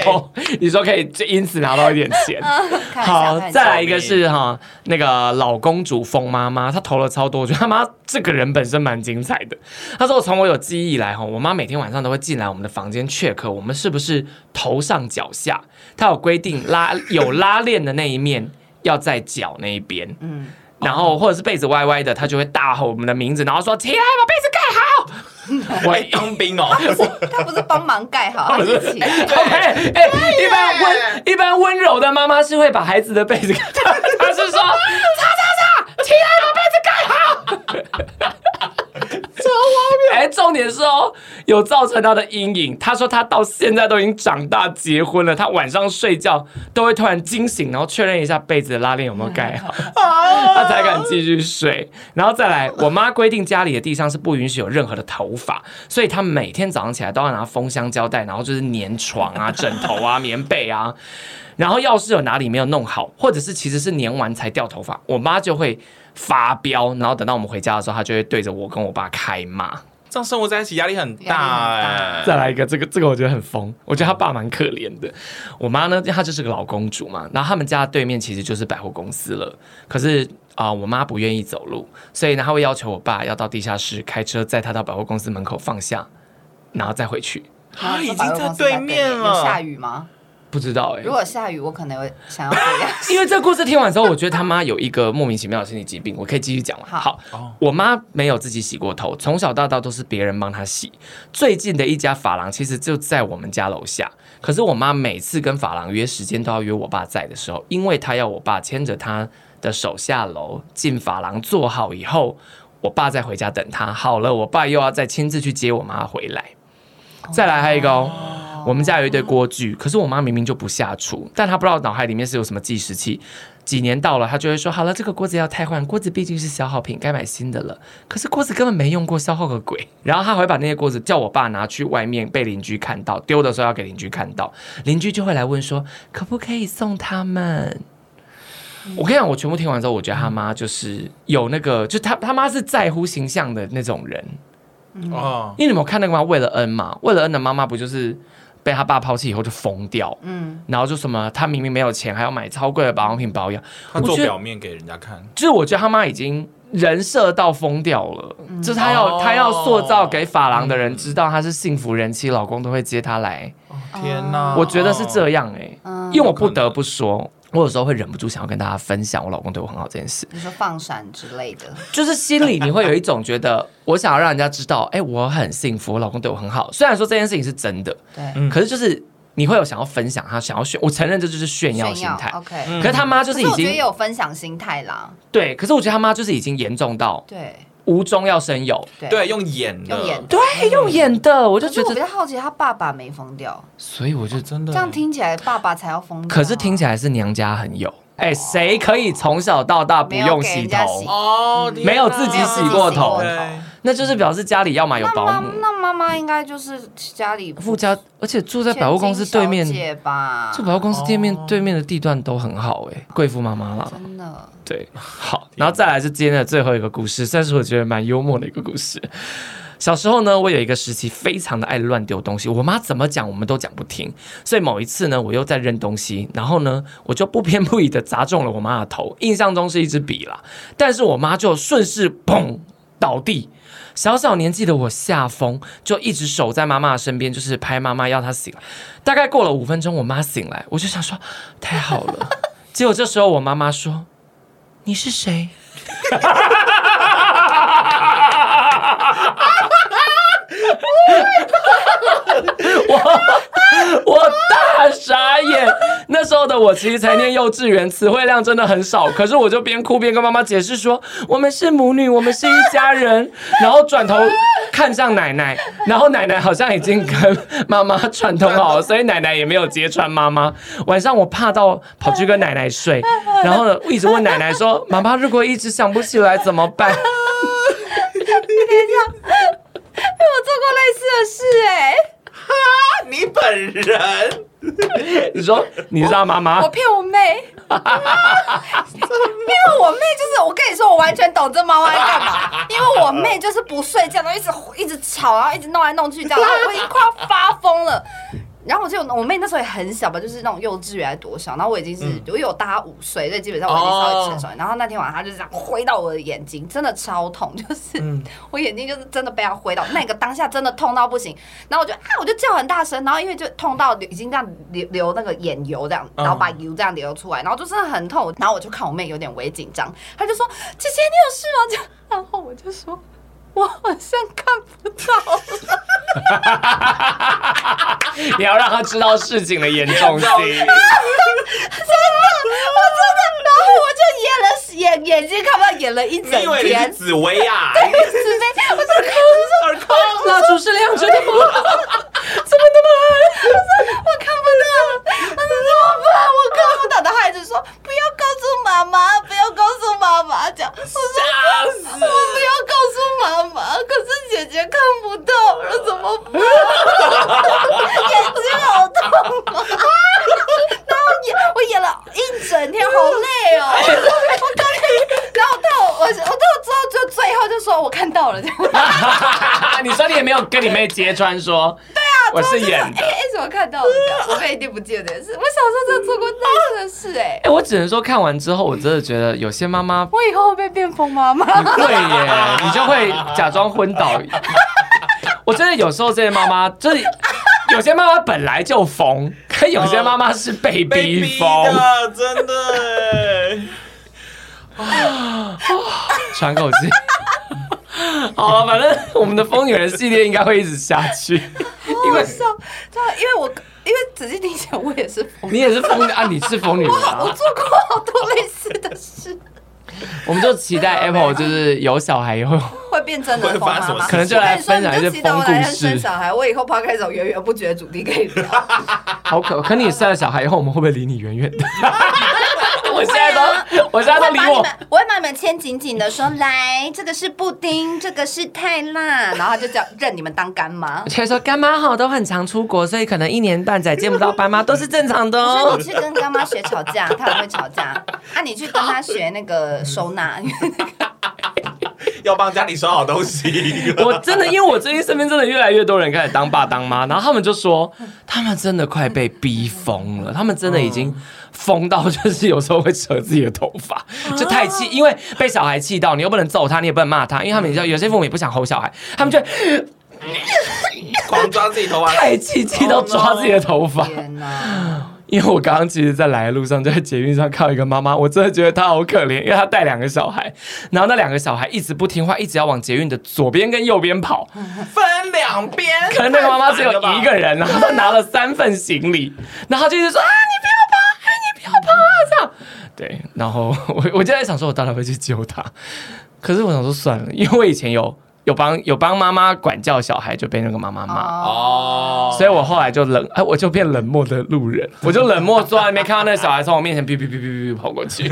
Speaker 1: 好，你说可以就因此拿到一点钱。
Speaker 4: 开玩笑开
Speaker 1: 好，
Speaker 4: 玩笑
Speaker 1: 再来一个是哈，那个老公主疯妈妈，她投了超多，我觉得她妈这个人本身蛮精彩的。她说我从我有记忆以来哈，我妈每天晚上都会进来我们的房间 check 我们是不是头上脚下，她有规定拉有拉链的那一面要在脚那一边，
Speaker 4: 嗯，
Speaker 1: 然后或者是被子歪歪的，她就会大吼我们的名字，然后说起来把被子盖好。我
Speaker 3: 我 当兵哦，
Speaker 4: 他不是帮忙盖好，他是起来。
Speaker 1: 哎哎，一般温一般温柔的妈妈是会把孩子的被子，她她是说，叉叉叉，起来把被子盖好。哎，重点是哦，有造成她的阴影。她说她到现在都已经长大结婚了，她晚上睡觉都会突然惊醒，然后确认一下被子的拉链有没有盖好， 她才敢继续睡。然后再来，我妈规定家里的地上是不允许有任何的头发，所以她每天早上起来都要拿封箱胶带，然后就是粘床啊、枕头啊、棉被啊。然后要是有哪里没有弄好，或者是其实是粘完才掉头发，我妈就会发飙，然后等到我们回家的时候，她就会对着我跟我爸开骂。
Speaker 3: 这样生活在一起压力很大
Speaker 4: 压力很
Speaker 3: 哎、
Speaker 1: 再来一个，这个这个我觉得很疯，我觉得他爸蛮可怜的。我妈呢，她就是个老公主嘛，然后他们家对面其实就是百货公司了，可是啊、我妈不愿意走路，所以呢，她会要求我爸要到地下室开车载她到百货公司门口放下，然后再回去。
Speaker 3: 啊，已经在对面
Speaker 4: 有下
Speaker 3: 了。
Speaker 4: 雨吗？
Speaker 1: 不知道哎、
Speaker 4: 如果下雨，我可能会想要回 家。
Speaker 1: 因为这故事听完之后，我觉得他妈有一个莫名其妙的心理疾病，我可以继续讲完。
Speaker 4: 好
Speaker 1: 好，我妈没有自己洗过头，从小到大都是别人帮她洗。最近的一家发廊其实就在我们家楼下，可是我妈每次跟发廊约时间都要约我爸在的时候，因为她要我爸牵着她的手下楼进发廊坐好以后，我爸再回家等她。好了，我爸又要再亲自去接我妈回来。再来还有一个哦。我们家有一堆锅具，可是我妈明明就不下厨，但她不知道脑海里面是有什么计时器。几年到了，她就会说：“好了，这个锅子要汰换，锅子毕竟是消耗品，该买新的了。”可是锅子根本没用过，消耗个鬼。然后她还会把那些锅子叫我爸拿去外面被邻居看到，丢的时候要给邻居看到，邻居就会来问说：“可不可以送他们？”我跟你讲，我全部听完之后，我觉得他妈就是有那个，就他他妈是在乎形象的那种人。
Speaker 3: 哦，
Speaker 1: 因为你们有看那个吗？为了恩嘛，为了恩的妈妈不就是被他爸抛弃以后就疯掉，
Speaker 4: 嗯，
Speaker 1: 然后就什么他明明没有钱，还要买超贵的保养品保养，
Speaker 3: 他
Speaker 1: 我
Speaker 3: 做
Speaker 1: 觉得
Speaker 3: 表面给人家看，
Speaker 1: 就是我觉得他妈已经人设到疯掉了，
Speaker 4: 嗯
Speaker 1: 就是他要、
Speaker 3: 哦
Speaker 1: 他要塑造给法郎的人知道他是幸福人妻，老公都会接他来，
Speaker 3: 哦天哪！
Speaker 1: 我觉得是这样哎、
Speaker 4: 嗯
Speaker 1: 因为我不得不说。我有时候会忍不住想要跟大家分享我老公对我很好这件事，
Speaker 4: 你说放闪之类的，
Speaker 1: 就是心里你会有一种觉得，我想要让人家知道，哎、我很幸福，我老公对我很好。虽然说这件事情是真的，
Speaker 4: 对，
Speaker 3: 嗯
Speaker 1: 可是就是你会有想要分享他想要炫，我承认这就是炫耀
Speaker 4: 炫
Speaker 1: 心
Speaker 4: 耀
Speaker 1: 态。
Speaker 4: OK。
Speaker 3: 嗯
Speaker 1: 可是他妈就
Speaker 4: 可
Speaker 1: 是
Speaker 4: 是
Speaker 1: 已
Speaker 4: 我觉
Speaker 1: 经
Speaker 4: 得也有分享心态啦，
Speaker 1: 对，可是我觉得他妈就是已经严重到
Speaker 4: 对
Speaker 1: 无中要生有，
Speaker 4: 对
Speaker 3: 哦对，用演的，
Speaker 4: 用演的。
Speaker 1: 对，用演的，我就
Speaker 4: 可是
Speaker 1: 觉
Speaker 4: 我比
Speaker 1: 得，
Speaker 4: 较好奇，他爸爸没疯掉，
Speaker 1: 所以我就
Speaker 3: 就，真的
Speaker 4: 这样听起来爸爸才要疯掉啊。
Speaker 1: 可是听起来是娘家很有，哎，谁可以从小到大不用洗
Speaker 4: 哦没有给人家洗
Speaker 1: 头？
Speaker 3: 哦，天哪
Speaker 1: 没有自己洗过头
Speaker 3: 对
Speaker 1: 那就是表示家里要么有
Speaker 4: 那
Speaker 1: 保
Speaker 4: 妈
Speaker 1: 姆，
Speaker 4: 那妈妈应该就是家里
Speaker 1: 附加，而且住在百货公司对面
Speaker 4: 千，金小姐吧，
Speaker 1: 住百货公司对面
Speaker 3: 哦
Speaker 1: 对面的地段都很好，哎，贵妇妈妈啦。
Speaker 4: 真的
Speaker 1: 对，好，然后再来是今天的最后一个故事，算是我觉得蛮幽默的一个故事。小时候呢，我有一个时期非常的爱乱丢东西，我妈怎么讲我们都讲不听，所以某一次呢，我又在扔东西，然后呢，我就不偏不倚的砸中了我妈的头，印象中是一支笔啦，但是我妈就顺势砰倒地。小小年纪的我吓疯，就一直守在妈妈的身边，就是拍妈妈要她醒来。大概过了五 分钟，我妈醒来，我就想说太好了。结果这时候我妈妈说：“你是谁？ 我我大傻眼。那时候的我其实才念幼稚园，词汇量真的很少。可是我就边哭边跟妈妈解释说，我们是母女，我们是一家人。 然后转头看向奶奶，然后奶奶好像已经跟妈妈串通好了，所以奶奶也没有揭穿妈妈。晚上我怕到跑去跟奶奶 睡，然后呢，我一直问奶奶说，妈妈如果一直想不起来怎么办？
Speaker 4: 我做过类似的事哎、
Speaker 3: 你本人
Speaker 1: 你说你让妈妈
Speaker 4: 我骗 我妹，因为我妹就是我跟你说，我完全懂这猫在干嘛，因为我妹就是不睡觉，然后一直一直吵，然后一直弄来弄去这样，然后我已经快要发疯了。然后我就我妹那时候也很小吧，就是那种幼稚园还多小，然后我已经
Speaker 1: 嗯
Speaker 4: 是、我有大她五岁，所以基本上我已经稍微成熟。然后那天晚上她就这样挥到我的眼睛，真的超痛，就是、
Speaker 3: 嗯
Speaker 4: 我眼睛就是真的被她挥到，那个当下真的痛到不行。然后我就啊，我就叫很大声，然后因为就痛到已经这样流流那个眼油这样，
Speaker 3: 嗯
Speaker 4: 然后把油这样流出来，然后就真的很痛。然后我就看我妹有点微紧张，她就说：“姐姐你有事吗？”就然后我就说。我好像看不到了，
Speaker 1: 你要让她知道事情的严重 性。
Speaker 4: 我真的，然后我就演了眼眼睛看不到，演了一整
Speaker 3: 你以为你是
Speaker 4: 天，
Speaker 3: 紫薇啊 呀？
Speaker 4: 是非我真的
Speaker 3: 耳空
Speaker 1: 蜡烛是亮着的吗？
Speaker 4: 我看不到，我说怎么办？我看不到。然后他一直说不要告诉妈妈，不要告诉妈妈，这样。我
Speaker 1: 啊
Speaker 4: 说我不要告诉妈妈，可是姐姐看不到了，怎么办？眼睛好痛啊！然后演我演了一整天，好累哦。我刚然后到我我到之后就最后就说我看到了这样。
Speaker 1: 你说你也没有跟你妹揭穿说，对啊，我是演的。
Speaker 4: 哎、哎怎么看到了这样？我妹一定不记得这件事。我小时候真的做过类似的事哎、
Speaker 1: 哎、我只能说看完之后，我真的觉得有些妈妈
Speaker 4: 我以后会被变疯妈妈。
Speaker 1: 不会 耶，你就会假装昏倒。我真的有时候这些妈妈，就是有些妈妈本来就疯，可有些妈妈是嗯被
Speaker 3: 被
Speaker 1: 逼
Speaker 3: 逼
Speaker 1: 疯。
Speaker 3: 的，真的耶。
Speaker 1: 喘口气。好了，反正我们的疯女人系列应该会一直下去，因为
Speaker 4: 笑，对啊，因为我因为仔细听起来，我也是疯，
Speaker 1: 你也是疯的啊，你是疯女人
Speaker 4: 我
Speaker 1: 啊。
Speaker 4: 做过好多类似的事，
Speaker 1: 我啊们就期待 Apple 就是有小孩以后，
Speaker 4: 会变真的疯妈
Speaker 3: 会发生什
Speaker 4: 妈。
Speaker 3: 么事可
Speaker 1: 能就来
Speaker 4: 我跟你说
Speaker 1: 分享一些
Speaker 4: 你就期待我
Speaker 1: 疯故
Speaker 4: 来
Speaker 1: 事
Speaker 4: 生小孩，我以后抛开这种源源不绝的主题可以聊。
Speaker 1: 好可。可你生了小孩以后，我们会不会离你远远的？ 我现在 都，我现在
Speaker 4: 我
Speaker 1: 都
Speaker 4: 会
Speaker 1: 离
Speaker 4: 把你
Speaker 1: 我。
Speaker 4: 们，我会把你们牵紧紧的，说来，这个是布丁，这个是太辣，然后他就叫认你们当干妈。
Speaker 1: 而且说干妈好都很常出国，所以可能一年半载见不到爸妈都是正常的
Speaker 4: 所以
Speaker 1: 哦
Speaker 4: 你。去跟干妈学吵架，她也会吵架。啊，你去跟她学那个收纳，因为
Speaker 3: 要帮家里收好东西。
Speaker 1: 我真的，因为我最近身边真的越来越多人开始当爸当妈，然后他们就说，他们真的快被逼疯了，他们真的已经疯到就是有时候会扯自己的头发，
Speaker 4: 啊
Speaker 1: 就太气，因为被小孩气到，你又不能揍他，你也不能骂他，因为他们你知道有些父母也不想吼小孩，他们就
Speaker 3: 狂抓自己头发。
Speaker 1: 太气，气
Speaker 4: 哦
Speaker 1: 到抓自己的头发。
Speaker 4: 天哪！
Speaker 1: 因为我刚刚其实，在来的路上，就在捷运上看到一个妈妈，我真的觉得她好可怜，因为她带两个小孩，然后那两个小孩一直不听话，一直要往捷运的左边跟右边跑，
Speaker 3: 分两边，
Speaker 1: 可能那个妈妈只有一个人，然后她拿了三份行李，然后她就是说啊，你不要跑，啊，你不要跑啊，这样。对，然后我我就在想说，我当然会去救她，可是我想说算了，因为我以前有有帮有帮妈妈管教小孩，就被那个妈妈骂。
Speaker 4: 哦，
Speaker 3: 哦，
Speaker 1: 所以我后来就冷，哎，我就变冷漠的路人，我就冷漠坐在那边，看到那个小孩从我面前哔哔哔哔哔跑过去，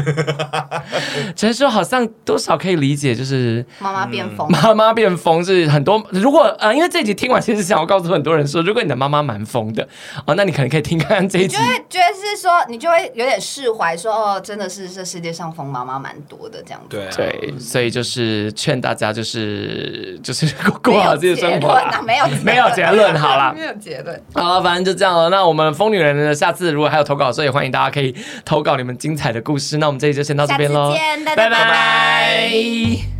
Speaker 1: 只是说好像多少可以理解，就是
Speaker 4: 妈妈变疯，
Speaker 1: 妈妈变疯是很多。如果呃，因为这集听完，其实想要告诉很多人说，如果你的妈妈蛮疯的哦，那你可能可以听看看这一
Speaker 4: 你
Speaker 1: 集
Speaker 4: 就。会觉得是说，你就会有点释怀，说哦，真的是这世界上疯妈妈蛮多的这样子。
Speaker 3: 对啊
Speaker 1: 对，所以就是劝大家，就是就是
Speaker 4: 没
Speaker 1: 过好
Speaker 4: 有
Speaker 1: 自己的
Speaker 4: 结
Speaker 1: 生
Speaker 4: 论
Speaker 1: 活啦
Speaker 4: 啊，没有结论
Speaker 1: 没有结论，好啦，
Speaker 4: 没有结论。
Speaker 1: 好，反正就这样了。那我们疯女人呢，下次如果还有投稿的时候，也欢迎大家可以投稿你们精彩的故事。那我们这里就先到这边喽，
Speaker 4: 下次见大
Speaker 1: 拜拜
Speaker 4: 家拜拜